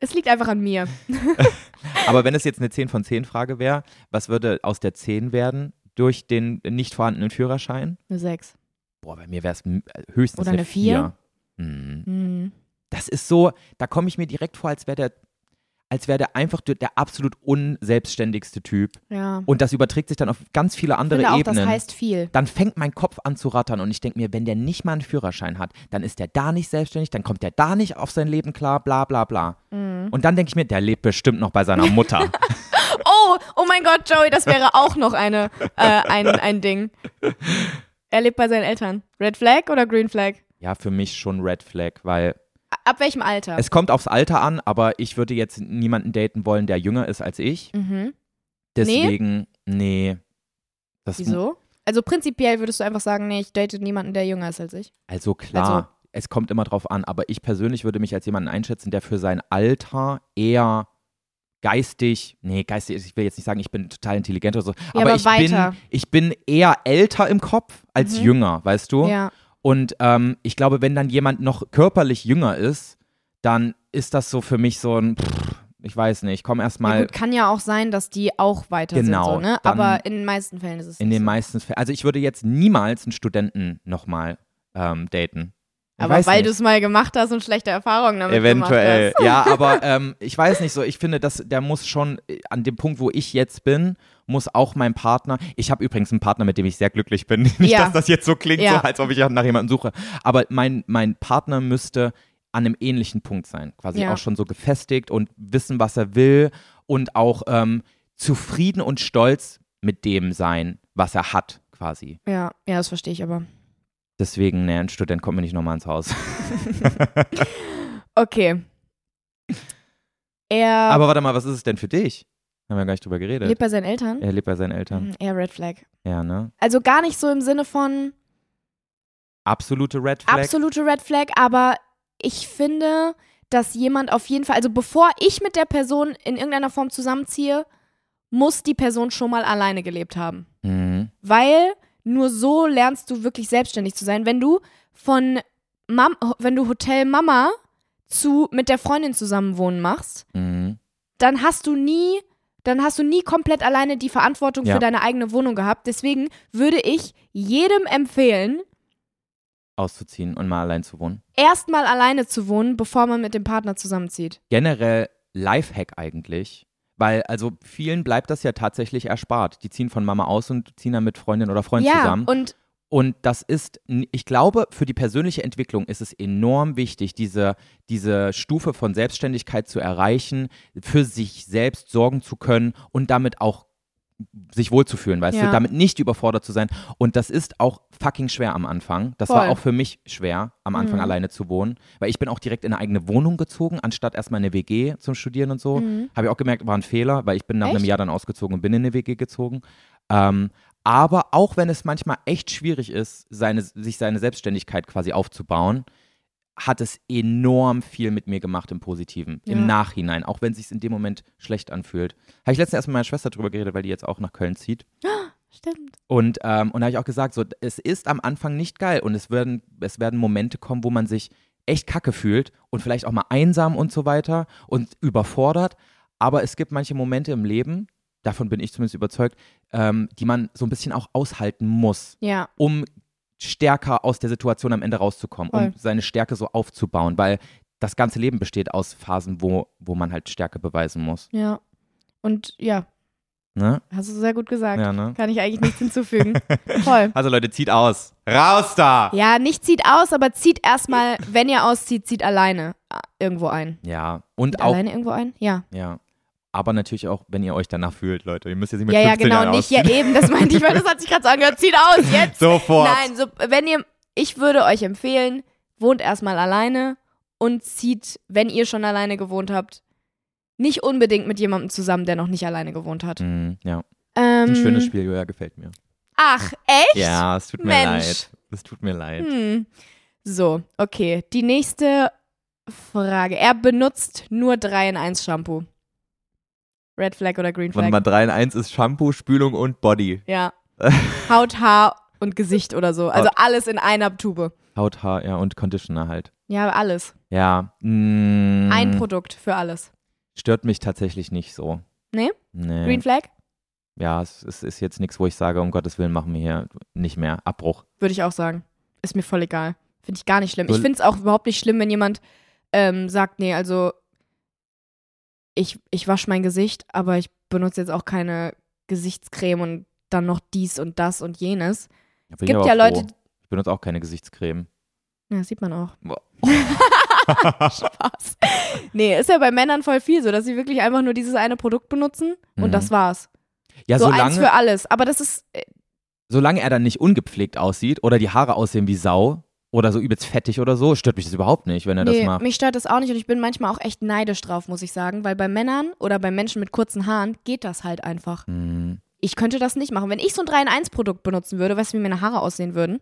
S3: es liegt einfach an mir.
S2: aber wenn es jetzt eine 10 von 10 Frage wäre, was würde aus der 10 werden durch den nicht vorhandenen Führerschein?
S3: Eine 6.
S2: Boah, bei mir wäre es höchstens
S3: Oder
S2: eine
S3: eine Vier?
S2: 4. Mhm.
S3: Hm.
S2: Das ist so, da komme ich mir direkt vor, als wäre der, als wäre der einfach der, der absolut unselbstständigste Typ.
S3: Ja.
S2: Und das überträgt sich dann auf ganz viele
S3: Ich
S2: andere
S3: finde auch,
S2: Ebenen.
S3: Genau, das heißt viel.
S2: dann fängt mein Kopf an zu rattern und ich denke mir, wenn der nicht mal einen Führerschein hat, dann ist der da nicht selbstständig, dann kommt der da nicht auf sein Leben klar, bla bla bla.
S3: Mhm.
S2: Und dann denke ich mir, der lebt bestimmt noch bei seiner Mutter.
S3: Oh, oh mein Gott, Joey, das wäre auch noch eine, äh, ein, ein Ding. Er lebt bei seinen Eltern. Red Flag oder Green Flag?
S2: ja, für mich schon Red Flag, weil
S3: Ab welchem Alter?
S2: es kommt aufs Alter an, aber ich würde jetzt niemanden daten wollen, der jünger ist als ich.
S3: mhm.
S2: Deswegen, nee. Das
S3: Wieso? Also prinzipiell würdest du einfach sagen, nee, ich date niemanden, der jünger ist als ich.
S2: Also klar,
S3: Also-
S2: es kommt immer drauf an, aber ich persönlich würde mich als jemanden einschätzen, der für sein Alter eher geistig, nee, geistig, ich will jetzt nicht sagen, ich bin total intelligent oder so, aber,
S3: aber
S2: ich,
S3: weiter.
S2: bin, ich bin eher älter im Kopf als
S3: Mhm.
S2: jünger, weißt du?
S3: Ja.
S2: Und ähm, ich glaube, wenn dann jemand noch körperlich jünger ist, dann ist das so für mich so ein, pff, ich weiß nicht, komm
S3: ja
S2: erstmal
S3: gut, kann ja auch sein, dass die auch weiter
S2: Genau,
S3: sind, so, ne?
S2: dann-
S3: Aber in den meisten Fällen ist es
S2: in
S3: nicht
S2: den
S3: so.
S2: meisten Fällen, also ich würde jetzt niemals einen Studenten nochmal ähm, daten. Ich
S3: Aber
S2: weiß
S3: weil
S2: nicht.
S3: du es mal gemacht hast und schlechte Erfahrungen damit
S2: Eventuell.
S3: gemacht hast.
S2: Ja, aber ähm, ich weiß nicht so. Ich finde, dass der muss schon äh, an dem Punkt, wo ich jetzt bin, muss auch mein Partner. Ich habe übrigens einen Partner, mit dem ich sehr glücklich bin. Nicht,
S3: Ja.
S2: dass das jetzt so klingt,
S3: Ja.
S2: so, als ob ich nach jemandem suche. Aber mein, mein Partner müsste an einem ähnlichen Punkt sein. Quasi
S3: Ja.
S2: auch schon so gefestigt und wissen, was er will und auch ähm, zufrieden und stolz mit dem sein, was er hat, quasi.
S3: Ja, ja, das verstehe ich aber.
S2: Deswegen, ne, ein Student kommt mir nicht nochmal ins Haus.
S3: Okay. Er
S2: Aber warte mal, was ist es denn für dich? Haben wir gar nicht drüber geredet.
S3: lebt bei seinen Eltern?
S2: Er lebt bei seinen Eltern.
S3: Hm, Eher Red Flag.
S2: Ja, ne?
S3: Also gar nicht so im Sinne von
S2: Absolute Red Flag.
S3: absolute Red Flag, aber ich finde, dass jemand auf jeden Fall, also bevor ich mit der Person in irgendeiner Form zusammenziehe, muss die Person schon mal alleine gelebt haben.
S2: Mhm.
S3: Weil nur so lernst du wirklich selbstständig zu sein. Wenn du von Mam wenn du Hotel Mama zu mit der Freundin zusammen wohnen machst,
S2: Mhm.
S3: dann hast du nie dann hast du nie komplett alleine die Verantwortung
S2: Ja.
S3: für deine eigene Wohnung gehabt. Deswegen würde ich jedem empfehlen,
S2: Auszuziehen und mal allein zu wohnen.
S3: erstmal alleine zu wohnen, bevor man mit dem Partner zusammenzieht.
S2: Generell Lifehack eigentlich. Weil, also vielen bleibt das ja tatsächlich erspart. Die ziehen von Mama aus und ziehen dann mit Freundin oder Freund
S3: ja,
S2: zusammen.
S3: und
S2: Und das ist, n- ich glaube, für die persönliche Entwicklung ist es enorm wichtig, diese, diese Stufe von Selbstständigkeit zu erreichen, für sich selbst sorgen zu können und damit auch sich wohlzufühlen, weißt du,
S3: Ja.
S2: damit nicht überfordert zu sein. Und das ist auch fucking schwer am Anfang. Das war
S3: Voll.
S2: auch für mich schwer, am Anfang
S3: Mhm.
S2: alleine zu wohnen, weil ich bin auch direkt in eine eigene Wohnung gezogen, anstatt erstmal in eine WG zum Studieren und so.
S3: Mhm.
S2: Habe ich auch gemerkt, war ein Fehler, weil ich bin nach einem
S3: Echt?
S2: Jahr dann ausgezogen und bin in eine WG gezogen. Ähm, aber auch wenn es manchmal echt schwierig ist, seine, sich seine Selbstständigkeit quasi aufzubauen, hat es enorm viel mit mir gemacht im Positiven,
S3: Ja.
S2: im Nachhinein, auch wenn es sich in dem Moment schlecht anfühlt. Habe ich letztens erst mit meiner Schwester drüber geredet, weil die jetzt auch nach Köln zieht.
S3: stimmt.
S2: Und, ähm, und da habe ich auch gesagt, so, es ist am Anfang nicht geil und es werden, es werden Momente kommen, wo man sich echt kacke fühlt und vielleicht auch mal einsam und so weiter und überfordert. Aber es gibt manche Momente im Leben, davon bin ich zumindest überzeugt, ähm, die man so ein bisschen auch aushalten muss,
S3: Ja,
S2: um stärker aus der Situation am Ende rauszukommen, um
S3: Voll.
S2: seine Stärke so aufzubauen, weil das ganze Leben besteht aus Phasen, wo, wo man halt Stärke beweisen muss.
S3: ja. Und ja,
S2: Ne?
S3: hast du sehr gut gesagt.
S2: Ja, ne?
S3: Kann ich eigentlich nichts hinzufügen. Voll.
S2: Also Leute, zieht aus. Raus da!
S3: Ja, nicht zieht aus, aber zieht erstmal, wenn ihr auszieht, zieht alleine äh, irgendwo ein.
S2: Ja, und
S3: Zieht
S2: auch
S3: alleine irgendwo ein? Ja.
S2: Ja. Aber natürlich auch, wenn ihr euch danach fühlt, Leute. Ihr müsst jetzt nicht mit
S3: Ja, ja,
S2: 15
S3: genau,
S2: Jahren
S3: nicht. Ja,
S2: ausziehen.
S3: eben, das meinte ich, weil das hat sich gerade so angehört. Zieht aus, jetzt.
S2: Sofort.
S3: Nein, so, wenn ihr, ich würde euch empfehlen, wohnt erstmal alleine und zieht, wenn ihr schon alleine gewohnt habt, nicht unbedingt mit jemandem zusammen, der noch nicht alleine gewohnt hat.
S2: Mhm, ja,
S3: Ähm,
S2: ein schönes Spiel, Julia, gefällt mir.
S3: Ach, echt?
S2: Ja, es tut mir
S3: Mensch.
S2: leid. Es tut mir leid.
S3: Hm. So, okay. Die nächste Frage. Er benutzt nur 3 in 1 Shampoo. Red Flag oder Green
S2: Warte
S3: Flag?
S2: mal, 3 in 1 ist Shampoo, Spülung und Body.
S3: Ja. Haut, Haar und Gesicht oder so. Also
S2: Ah.
S3: alles in einer Tube.
S2: Haut, Haar, ja, und Conditioner halt.
S3: Ja, alles.
S2: Ja. mm,
S3: Ein Produkt für alles.
S2: Stört mich tatsächlich nicht so.
S3: Nee?
S2: Nee.
S3: Green Flag?
S2: ja, es, es ist jetzt nichts, wo ich sage, um Gottes Willen machen wir hier nicht mehr. Abbruch.
S3: Würde ich auch sagen. Ist mir voll egal. Finde ich gar nicht schlimm. Ich
S2: Soll-
S3: finde es auch überhaupt nicht schlimm, wenn jemand ähm, sagt, nee, also ich, ich wasche mein Gesicht, aber ich benutze jetzt auch keine Gesichtscreme und dann noch dies und das und jenes.
S2: Da
S3: Es
S2: bin ich
S3: gibt
S2: aber
S3: ja
S2: froh.
S3: Leute,
S2: Ich benutze auch keine Gesichtscreme.
S3: ja, sieht man auch.
S2: Boah.
S3: Spaß. Nee, ist ja bei Männern voll viel so, dass sie wirklich einfach nur dieses eine Produkt benutzen und
S2: Mhm.
S3: das war's.
S2: Ja,
S3: so eins
S2: solange,
S3: für alles. Aber das ist, äh,
S2: solange er dann nicht ungepflegt aussieht oder die Haare aussehen wie Sau oder so übelst fettig oder so, stört mich das überhaupt nicht, wenn er ne, das
S3: nee,
S2: macht.
S3: mich stört das auch nicht und ich bin manchmal auch echt neidisch drauf, muss ich sagen, weil bei Männern oder bei Menschen mit kurzen Haaren geht das halt einfach.
S2: Hm,
S3: Ich könnte das nicht machen. Wenn ich so ein 3-in-1-Produkt benutzen würde, weißt du, wie meine Haare aussehen würden?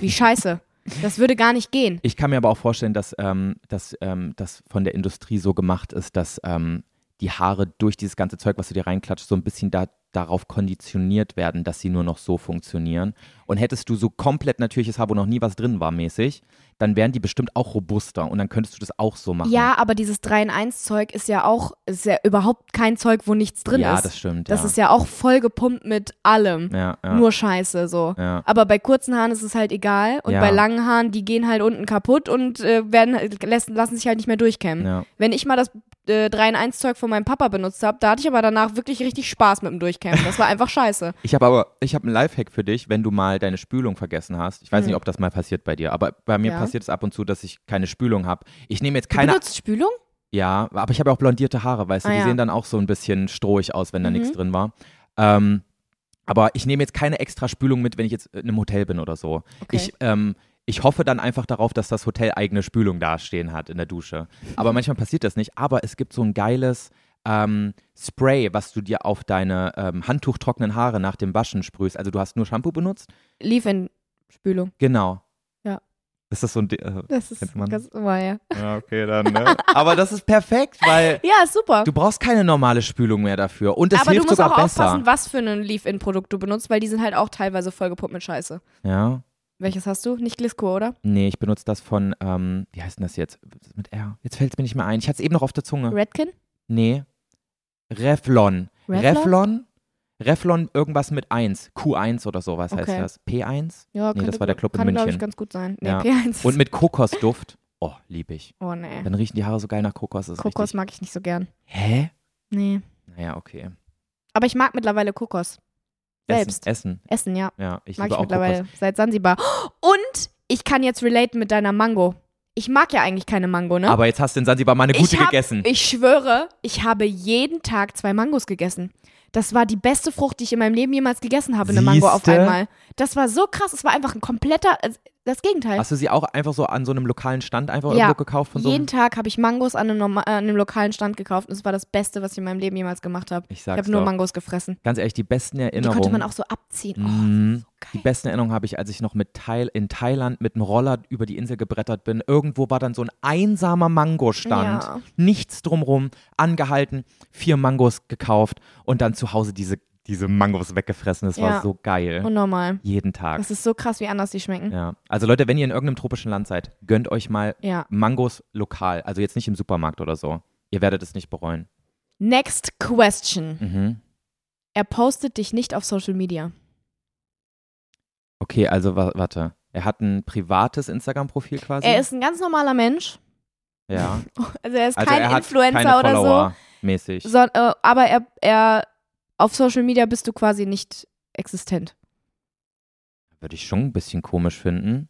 S3: wie scheiße. Das würde gar nicht gehen.
S2: Ich kann mir aber auch vorstellen, dass ähm, das ähm, das von der Industrie so gemacht ist, dass ähm, die Haare durch dieses ganze Zeug, was du dir reinklatscht, so ein bisschen da, darauf konditioniert werden, dass sie nur noch so funktionieren. Und hättest du so komplett natürliches Haar, wo noch nie was drin war, mäßig, dann wären die bestimmt auch robuster und dann könntest du das auch so machen.
S3: Ja, aber dieses 3-in-1-Zeug ist ja auch, ist ja überhaupt kein Zeug, wo nichts drin
S2: ja
S3: ist.
S2: das stimmt.
S3: Das
S2: ja.
S3: ist ja auch voll gepumpt mit allem.
S2: ja, ja.
S3: Nur Scheiße so.
S2: Ja.
S3: Aber bei kurzen Haaren ist es halt egal und
S2: Ja.
S3: bei langen Haaren, die gehen halt unten kaputt und äh, werden, lassen, lassen sich halt nicht mehr durchkämmen.
S2: Ja.
S3: Wenn ich mal das äh, 3-in-1-Zeug von meinem Papa benutzt habe, da hatte ich aber danach wirklich richtig Spaß mit dem Durchkämmen. Das war einfach scheiße.
S2: Ich habe aber, ich habe einen Lifehack für dich, wenn du mal deine Spülung vergessen hast. Ich weiß nicht, ob das mal passiert bei dir, aber bei mir
S3: Mhm. Ja.
S2: passiert es ab und zu, dass ich keine Spülung habe. Ich nehme jetzt
S3: Du
S2: keine,
S3: benutzt Spülung?
S2: ja, aber ich habe ja auch blondierte Haare, weißt du,
S3: Ah,
S2: die
S3: ja.
S2: sehen dann auch so ein bisschen strohig aus, wenn da nichts
S3: Mhm.
S2: drin war. Ähm, aber ich nehme jetzt keine extra Spülung mit, wenn ich jetzt in einem Hotel bin oder so.
S3: Okay.
S2: Ich, ähm, ich hoffe dann einfach darauf, dass das Hotel eigene Spülung dastehen hat in der Dusche. Aber manchmal passiert das nicht. Aber es gibt so ein geiles ähm, Spray, was du dir auf deine ähm, handtuchtrockenen Haare nach dem Waschen sprühst. Also du hast nur Shampoo benutzt?
S3: Lief in Spülung.
S2: Genau.
S3: Ja.
S2: Ist das so ein... Di- Äh,
S3: Das ist
S2: Kennt man.
S3: ganz normal, ja.
S2: ja, okay, dann, ne? Aber das ist perfekt, weil
S3: Ja, ist super.
S2: du brauchst keine normale Spülung mehr dafür. Und es
S3: aber du
S2: hilft
S3: musst
S2: sogar
S3: auch
S2: besser.
S3: aufpassen, was für ein Leave-In-Produkt du benutzt, weil die sind halt auch teilweise vollgepumpt mit Scheiße.
S2: ja.
S3: Welches hast du? Nicht Glisco, oder?
S2: Nee, ich benutze das von, ähm, wie heißt denn das jetzt? Mit R. Jetzt fällt es mir nicht mehr ein. Ich hatte es eben noch auf der Zunge.
S3: Redken?
S2: Nee. Revlon.
S3: Revlon?
S2: Revlon? Revlon irgendwas mit 1. Q1 oder sowas heißt
S3: Okay
S2: das. P1.
S3: Ja,
S2: Nee, das
S3: könnte
S2: war der
S3: gut-
S2: Club in
S3: kann, glaub
S2: München.
S3: ich, ganz gut sein. Nee,
S2: Ja.
S3: P1.
S2: Und mit Kokosduft. Oh, lieb ich.
S3: oh, nee.
S2: Dann riechen die Haare so geil nach Kokos. Das ist
S3: Kokos
S2: Richtig.
S3: mag ich nicht so gern.
S2: Hä?
S3: Nee.
S2: Naja, okay.
S3: Aber ich mag mittlerweile Kokos. Selbst.
S2: Essen. Essen.
S3: Essen, ja.
S2: Ja, ich
S3: Mag
S2: liebe
S3: ich
S2: auch
S3: mittlerweile ne?
S2: Kokos.
S3: seit Sansibar. Und ich kann jetzt relaten mit deiner Mango. Ich mag ja eigentlich keine Mango, ne?
S2: Aber jetzt hast du in Sansibar mal eine gute
S3: ich hab,
S2: gegessen.
S3: Ich schwöre, ich habe jeden Tag zwei Mangos gegessen. Das war die beste Frucht, die ich in meinem Leben jemals gegessen habe, eine Mango auf
S2: Siehste?
S3: einmal. Das war so krass, es war einfach ein kompletter, äh, das Gegenteil.
S2: Hast du sie auch einfach so an so einem lokalen Stand einfach
S3: Ja,
S2: irgendwo gekauft von so einem?
S3: Jeden Tag habe ich Mangos an einem, norma- äh, an einem lokalen Stand gekauft und es war das Beste, was ich in meinem Leben jemals gemacht habe.
S2: Ich
S3: Ich
S2: sag's
S3: habe nur
S2: doch.
S3: Mangos gefressen.
S2: Ganz ehrlich, die besten
S3: Die konnte man
S2: Erinnerungen.
S3: auch so abziehen. Oh,
S2: Mhm.
S3: das ist so
S2: Die
S3: geil.
S2: besten Erinnerungen habe ich, als ich noch mit Thai in Thailand mit einem Roller über die Insel gebrettert bin. Irgendwo war dann so ein einsamer Mangostand.
S3: Ja.
S2: Nichts drumrum, angehalten, vier Mangos gekauft und dann zu Hause diese, diese Mangos weggefressen. Das war
S3: Ja.
S2: so geil.
S3: Und normal.
S2: Jeden Tag.
S3: Das ist so krass, wie anders die schmecken.
S2: Ja. Also Leute, wenn ihr in irgendeinem tropischen Land seid, gönnt euch mal
S3: Ja.
S2: Mangos lokal. Also jetzt nicht im Supermarkt oder so. Ihr werdet es nicht bereuen.
S3: Next question.
S2: Mhm.
S3: Er postet dich nicht auf Social Media.
S2: Okay, also wa- warte. Er hat ein privates Instagram-Profil quasi.
S3: Er ist ein ganz normaler Mensch.
S2: ja.
S3: Also er ist
S2: Also
S3: kein
S2: er hat
S3: Influencer
S2: keine
S3: oder
S2: Follower mäßig.
S3: so. so äh, aber er, er auf Social Media bist du quasi nicht existent.
S2: Würde ich schon ein bisschen komisch finden.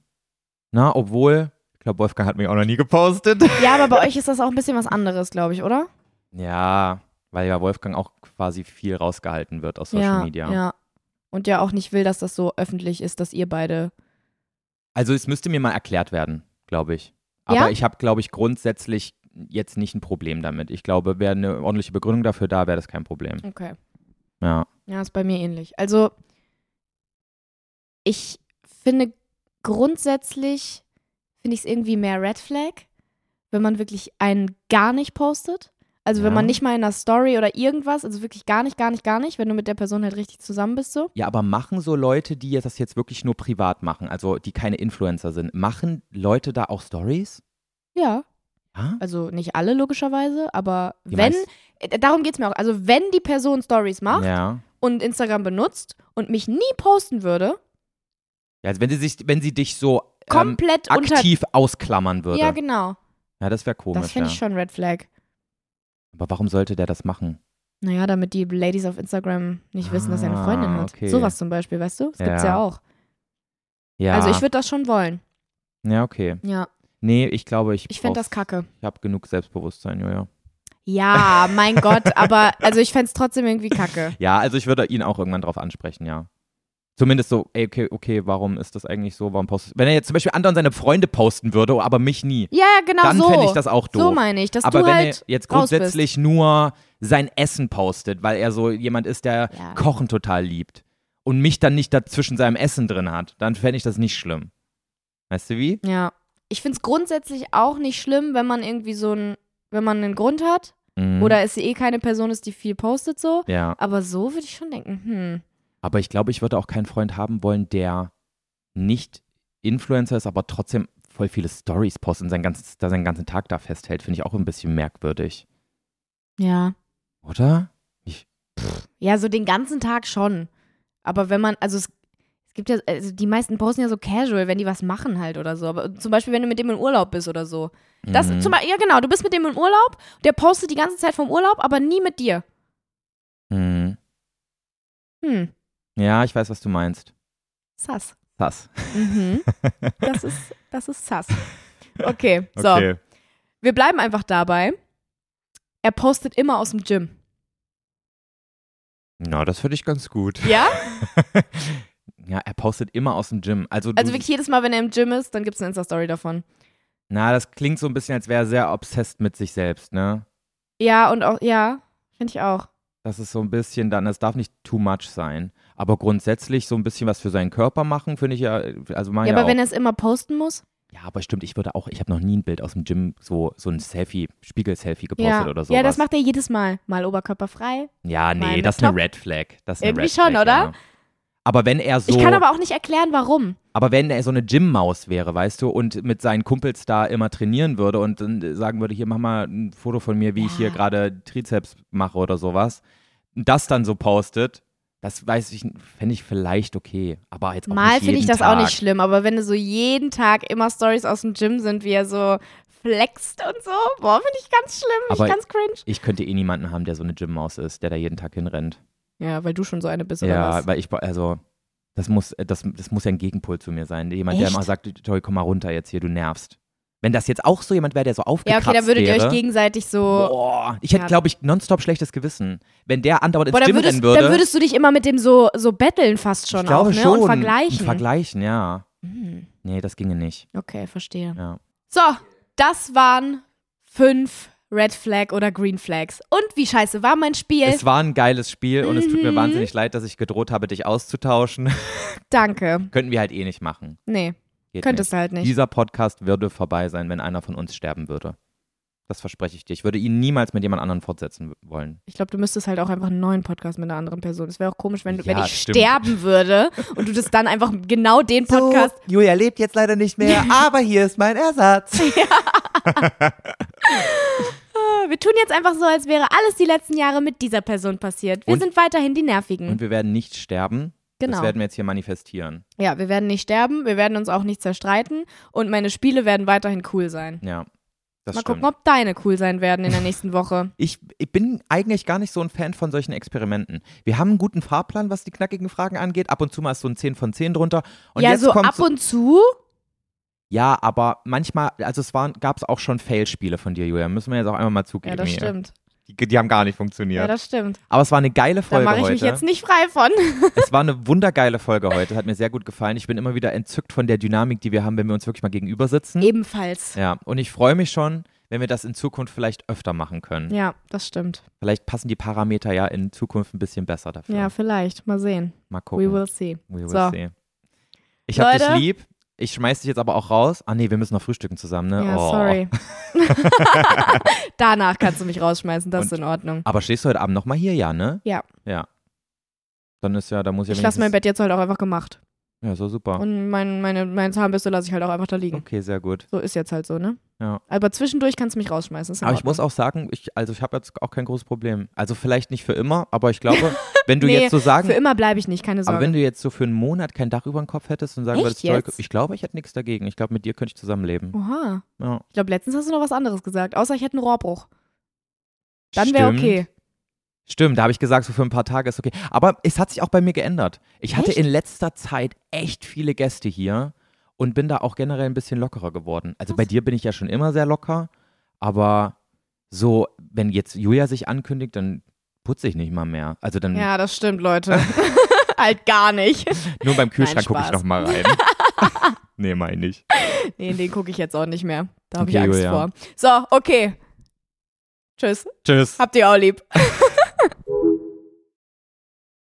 S2: Na, obwohl, ich glaube, Wolfgang hat mich auch noch nie gepostet.
S3: Ja, aber bei euch ist das auch ein bisschen was anderes, glaube ich, oder?
S2: Ja, weil ja Wolfgang auch quasi viel rausgehalten wird aus Social
S3: ja,
S2: Media.
S3: Ja. Und ja auch nicht will, dass das so öffentlich ist, dass ihr beide.
S2: Also es müsste mir mal erklärt werden, glaube ich. Aber
S3: Ja?
S2: ich habe, glaube ich, grundsätzlich jetzt nicht ein Problem damit. Ich glaube, wäre eine ordentliche Begründung dafür da, wäre das kein Problem.
S3: Okay.
S2: Ja.
S3: Ja, ist bei mir ähnlich. Also, ich finde grundsätzlich, finde ich es irgendwie mehr Red Flag, wenn man wirklich einen gar nicht postet. Also, wenn
S2: Ja.
S3: man nicht mal in einer Story oder irgendwas, also wirklich gar nicht, gar nicht, gar nicht, wenn du mit der Person halt richtig zusammen bist, so.
S2: Ja, aber machen so Leute, die jetzt das jetzt wirklich nur privat machen, also die keine Influencer sind, machen Leute da auch Stories?
S3: Ja.
S2: Ja?
S3: Also, nicht alle logischerweise, aber
S2: Die
S3: wenn,
S2: meisten-
S3: äh, darum geht es mir auch. Also, wenn die Person Stories macht,
S2: Ja.
S3: und Instagram benutzt und mich nie posten würde,
S2: Ja, Also wenn sie sich, wenn sie dich so ähm,
S3: komplett unter.
S2: aktiv ausklammern würde.
S3: Ja,
S2: Ja,
S3: genau.
S2: das wäre komisch.
S3: Das finde ich
S2: ja.
S3: schon Red Flag.
S2: Aber warum sollte der das machen?
S3: Naja, damit die Ladies auf Instagram nicht wissen, dass er eine
S2: Ah,
S3: Freundin hat.
S2: okay.
S3: Sowas zum Beispiel, weißt du? Das gibt's
S2: Ja.
S3: ja auch.
S2: Ja.
S3: Also ich würde das schon wollen.
S2: ja, okay.
S3: Ja.
S2: Nee, ich glaube, ich
S3: Ich fände
S2: brauch-
S3: das kacke.
S2: Ich habe genug Selbstbewusstsein, Jojo.
S3: Ja, mein Gott, aber also ich fände es trotzdem irgendwie kacke.
S2: Ja, also ich würde ihn auch irgendwann drauf ansprechen, ja. Zumindest so, ey, okay, okay, warum ist das eigentlich so? Warum postest Wenn er jetzt zum Beispiel anderen seine Freunde posten würde, aber mich nie,
S3: Ja, ja, genau
S2: dann
S3: so.
S2: fände ich das auch doof.
S3: So meine ich, dass
S2: aber
S3: du
S2: wenn
S3: halt
S2: er jetzt
S3: raus bist.
S2: grundsätzlich nur sein Essen postet, weil er so jemand ist, der
S3: Ja.
S2: Kochen total liebt und mich dann nicht dazwischen seinem Essen drin hat, dann fände ich das nicht schlimm. Weißt du wie?
S3: Ja. Ich finde es grundsätzlich auch nicht schlimm, wenn man irgendwie so ein, wenn man einen Grund hat
S2: Mhm.
S3: oder es eh keine Person ist, die viel postet so.
S2: Ja,
S3: Aber so würde ich schon denken, hm.
S2: aber ich glaube, ich würde auch keinen Freund haben wollen, der nicht Influencer ist, aber trotzdem voll viele Stories postet und seinen ganzen, da seinen ganzen Tag da festhält, finde ich auch ein bisschen merkwürdig.
S3: Ja.
S2: Oder?
S3: Ja, so den ganzen Tag schon. Aber wenn man, also es, es gibt ja, also die meisten posten ja so casual, wenn die was machen halt oder so. Aber zum Beispiel, wenn du mit dem in Urlaub bist oder so. Das
S2: Mhm.
S3: zum Beispiel, ja genau, du bist mit dem in Urlaub, der postet die ganze Zeit vom Urlaub, aber nie mit dir.
S2: Mhm.
S3: Hm,
S2: Ja, ich weiß, was du meinst.
S3: sass.
S2: Pass.
S3: Mhm. Das ist, das ist sass. Okay, so. Wir bleiben einfach dabei. Er postet immer aus dem Gym.
S2: Na, das finde ich ganz gut.
S3: Ja?
S2: Ja, er postet immer aus dem Gym. Also, du,
S3: Also wirklich jedes Mal, wenn er im Gym ist, dann gibt es eine Insta-Story davon.
S2: na, das klingt so ein bisschen, als wäre er sehr obsessed mit sich selbst, ne?
S3: Ja, und auch, ja, finde ich auch.
S2: Das ist so ein bisschen dann, das darf nicht too much sein. Aber grundsätzlich so ein bisschen was für seinen Körper machen, finde ich ja, also mach
S3: Ja,
S2: ja,
S3: aber
S2: auch.
S3: wenn er es immer posten muss,
S2: ja, aber stimmt, ich würde auch, ich habe noch nie ein Bild aus dem Gym, so, so ein Selfie, Spiegel-Selfie gepostet
S3: ja.
S2: oder sowas.
S3: ja, das macht er jedes Mal. Mal oberkörperfrei. mal
S2: Ja, nee,
S3: mit
S2: das ist eine
S3: Top.
S2: Red Flag. Das ist eine
S3: Irgendwie
S2: Red
S3: schon,
S2: Flag,
S3: oder?
S2: Ja. Aber wenn er so.
S3: Ich kann aber auch nicht erklären, warum.
S2: Aber wenn er so eine Gym-Maus wäre, weißt du, und mit seinen Kumpels da immer trainieren würde und dann sagen würde, hier mach mal ein Foto von mir, wie ich hier
S3: Ja.
S2: gerade Trizeps mache oder sowas, und das dann so postet, das weiß ich, fände ich vielleicht okay. Aber jetzt auch
S3: Mal
S2: nicht
S3: finde ich
S2: jeden
S3: das
S2: Tag.
S3: auch nicht schlimm, aber wenn so jeden Tag immer Stories aus dem Gym sind, wie er so flext und so, boah, finde ich ganz schlimm,
S2: Aber-
S3: ich ganz cringe.
S2: Ich könnte eh niemanden haben, der so eine Gym-Maus ist, der da jeden Tag hinrennt.
S3: Ja, weil du schon so eine bist oder
S2: Ja,
S3: was?
S2: weil ich, also, das muss, das, das muss ja ein Gegenpol zu mir sein. Jemand, der
S3: Echt?
S2: immer sagt, Joy, komm mal runter jetzt hier, du nervst. Wenn das jetzt auch so jemand wäre, der so
S3: Ja,
S2: aufgekratzt
S3: okay, da würdet
S2: wäre,
S3: ihr euch gegenseitig so.
S2: Boah, ich hätte,
S3: Ja.
S2: glaube ich, nonstop schlechtes Gewissen, wenn der andauernd ins
S3: Boah, dann
S2: Gym
S3: würdest,
S2: rennen würde.
S3: dann würdest du dich immer mit dem so, so betteln fast schon
S2: ich glaube
S3: auch, ne?
S2: schon.
S3: Und vergleichen.
S2: Vergleichen, ja.
S3: Hm,
S2: Nee, das ginge nicht.
S3: okay, verstehe.
S2: Ja.
S3: So, das waren fünf Red Flag oder Green Flags. Und wie scheiße war mein Spiel?
S2: Es war ein geiles Spiel und es tut mir
S3: Mhm.
S2: wahnsinnig leid, dass ich gedroht habe, dich auszutauschen.
S3: Danke.
S2: Könnten wir halt eh nicht machen.
S3: Nee,
S2: Geht
S3: könntest du halt
S2: nicht.
S3: nicht.
S2: Dieser Podcast würde vorbei sein, wenn einer von uns sterben würde. Das verspreche ich dir. Ich würde ihn niemals mit jemand anderem fortsetzen wollen.
S3: Ich glaube, du müsstest halt auch einfach einen neuen Podcast mit einer anderen Person. Es wäre auch komisch, wenn, du, wenn
S2: Ja,
S3: ich
S2: stimmt.
S3: sterben würde und du das dann einfach genau den Podcast.
S2: Julia lebt jetzt leider nicht mehr, aber hier ist mein Ersatz.
S3: Äh, Wir tun jetzt einfach so, als wäre alles die letzten Jahre mit dieser Person passiert. Wir
S2: Und-
S3: sind weiterhin die Nervigen.
S2: Und wir werden nicht sterben.
S3: Genau.
S2: Das werden wir jetzt hier manifestieren.
S3: ja, wir werden nicht sterben, wir werden uns auch nicht zerstreiten und meine Spiele werden weiterhin cool sein.
S2: Ja. Das
S3: Mal
S2: stimmt.
S3: gucken, ob deine cool sein werden in der nächsten Woche.
S2: Ich, ich bin eigentlich gar nicht so ein Fan von solchen Experimenten. Wir haben einen guten Fahrplan, was die knackigen Fragen angeht. Ab und zu mal ist so ein 10 von 10 drunter. Und
S3: ja,
S2: jetzt
S3: so
S2: kommt
S3: ab und zu.
S2: Ja, aber manchmal, also es gab es auch schon Fail-Spiele von dir, Julia. Müssen wir jetzt auch einmal mal zugeben.
S3: Ja, das
S2: hier.
S3: stimmt.
S2: Die, die haben gar nicht
S3: Ja,
S2: funktioniert.
S3: das stimmt.
S2: aber es war eine
S3: Da
S2: geile Folge
S3: mache ich
S2: heute.
S3: mich jetzt nicht frei von.
S2: Es war eine wundergeile Folge heute. Hat mir sehr gut gefallen. Ich bin immer wieder entzückt von der Dynamik, die wir haben, wenn wir uns wirklich mal gegenüber sitzen.
S3: Ebenfalls.
S2: Ja, und ich freue mich schon, wenn wir das in Zukunft vielleicht öfter machen können.
S3: Ja, das stimmt.
S2: Vielleicht passen die Parameter ja in Zukunft ein bisschen besser dafür.
S3: Ja, vielleicht. Mal sehen.
S2: Mal gucken.
S3: We will see.
S2: We will
S3: So.
S2: see. Ich hab dich
S3: Leute.
S2: lieb. Ich schmeiß dich jetzt aber auch raus. Ah nee, wir müssen noch frühstücken zusammen, ne?
S3: Ja,
S2: oh.
S3: sorry. Danach kannst du mich rausschmeißen, das ist in Ordnung.
S2: Aber stehst du heute Abend nochmal hier, ja, ne?
S3: Ja.
S2: Ja. Dann ist ja, da muss ja
S3: Ich lasse mein
S2: wenigstens-
S3: Bett jetzt halt auch einfach gemacht.
S2: Ja, so super.
S3: Und mein, meine, meine Zahnbürste lasse ich halt auch einfach da liegen.
S2: Okay, sehr gut.
S3: So ist jetzt halt so, ne?
S2: Ja.
S3: Aber zwischendurch kannst du mich rausschmeißen. Ist in
S2: Aber ich
S3: Ordnung.
S2: muss auch sagen, ich, also ich habe jetzt auch kein großes Problem. Also vielleicht nicht für immer, aber ich glaube, wenn du
S3: Nee,
S2: jetzt so sagen,
S3: Für immer bleibe ich nicht, keine
S2: aber
S3: Sorge.
S2: wenn du jetzt so für einen Monat kein Dach über den Kopf hättest und sagen
S3: Echt
S2: würdest, Joy,
S3: jetzt?
S2: ich glaube, ich hätte nichts dagegen. Ich glaube, mit dir könnte ich zusammenleben.
S3: Oha.
S2: Ja.
S3: Ich glaube, letztens hast du noch was anderes gesagt, außer ich hätte einen Rohrbruch. Dann wäre
S2: Stimmt.
S3: okay.
S2: Stimmt, da habe ich gesagt, so für ein paar Tage ist okay. Aber es hat sich auch bei mir geändert. Ich hatte
S3: Echt?
S2: in letzter Zeit echt viele Gäste hier und bin da auch generell ein bisschen lockerer geworden. Also bei
S3: Krass.
S2: dir bin ich ja schon immer sehr locker, aber so, wenn jetzt Julia sich ankündigt, dann putze ich nicht mal mehr. Also dann,
S3: Ja, das stimmt, Leute. halt gar nicht.
S2: Nur beim Kühlschrank gucke ich
S3: Spaß.
S2: nochmal rein. nee, meine ich.
S3: Nee, den gucke ich jetzt auch nicht mehr. Da habe ich
S2: Okay,
S3: Angst
S2: Julia.
S3: vor. So, okay. Tschüss.
S2: Tschüss.
S3: Habt ihr auch lieb.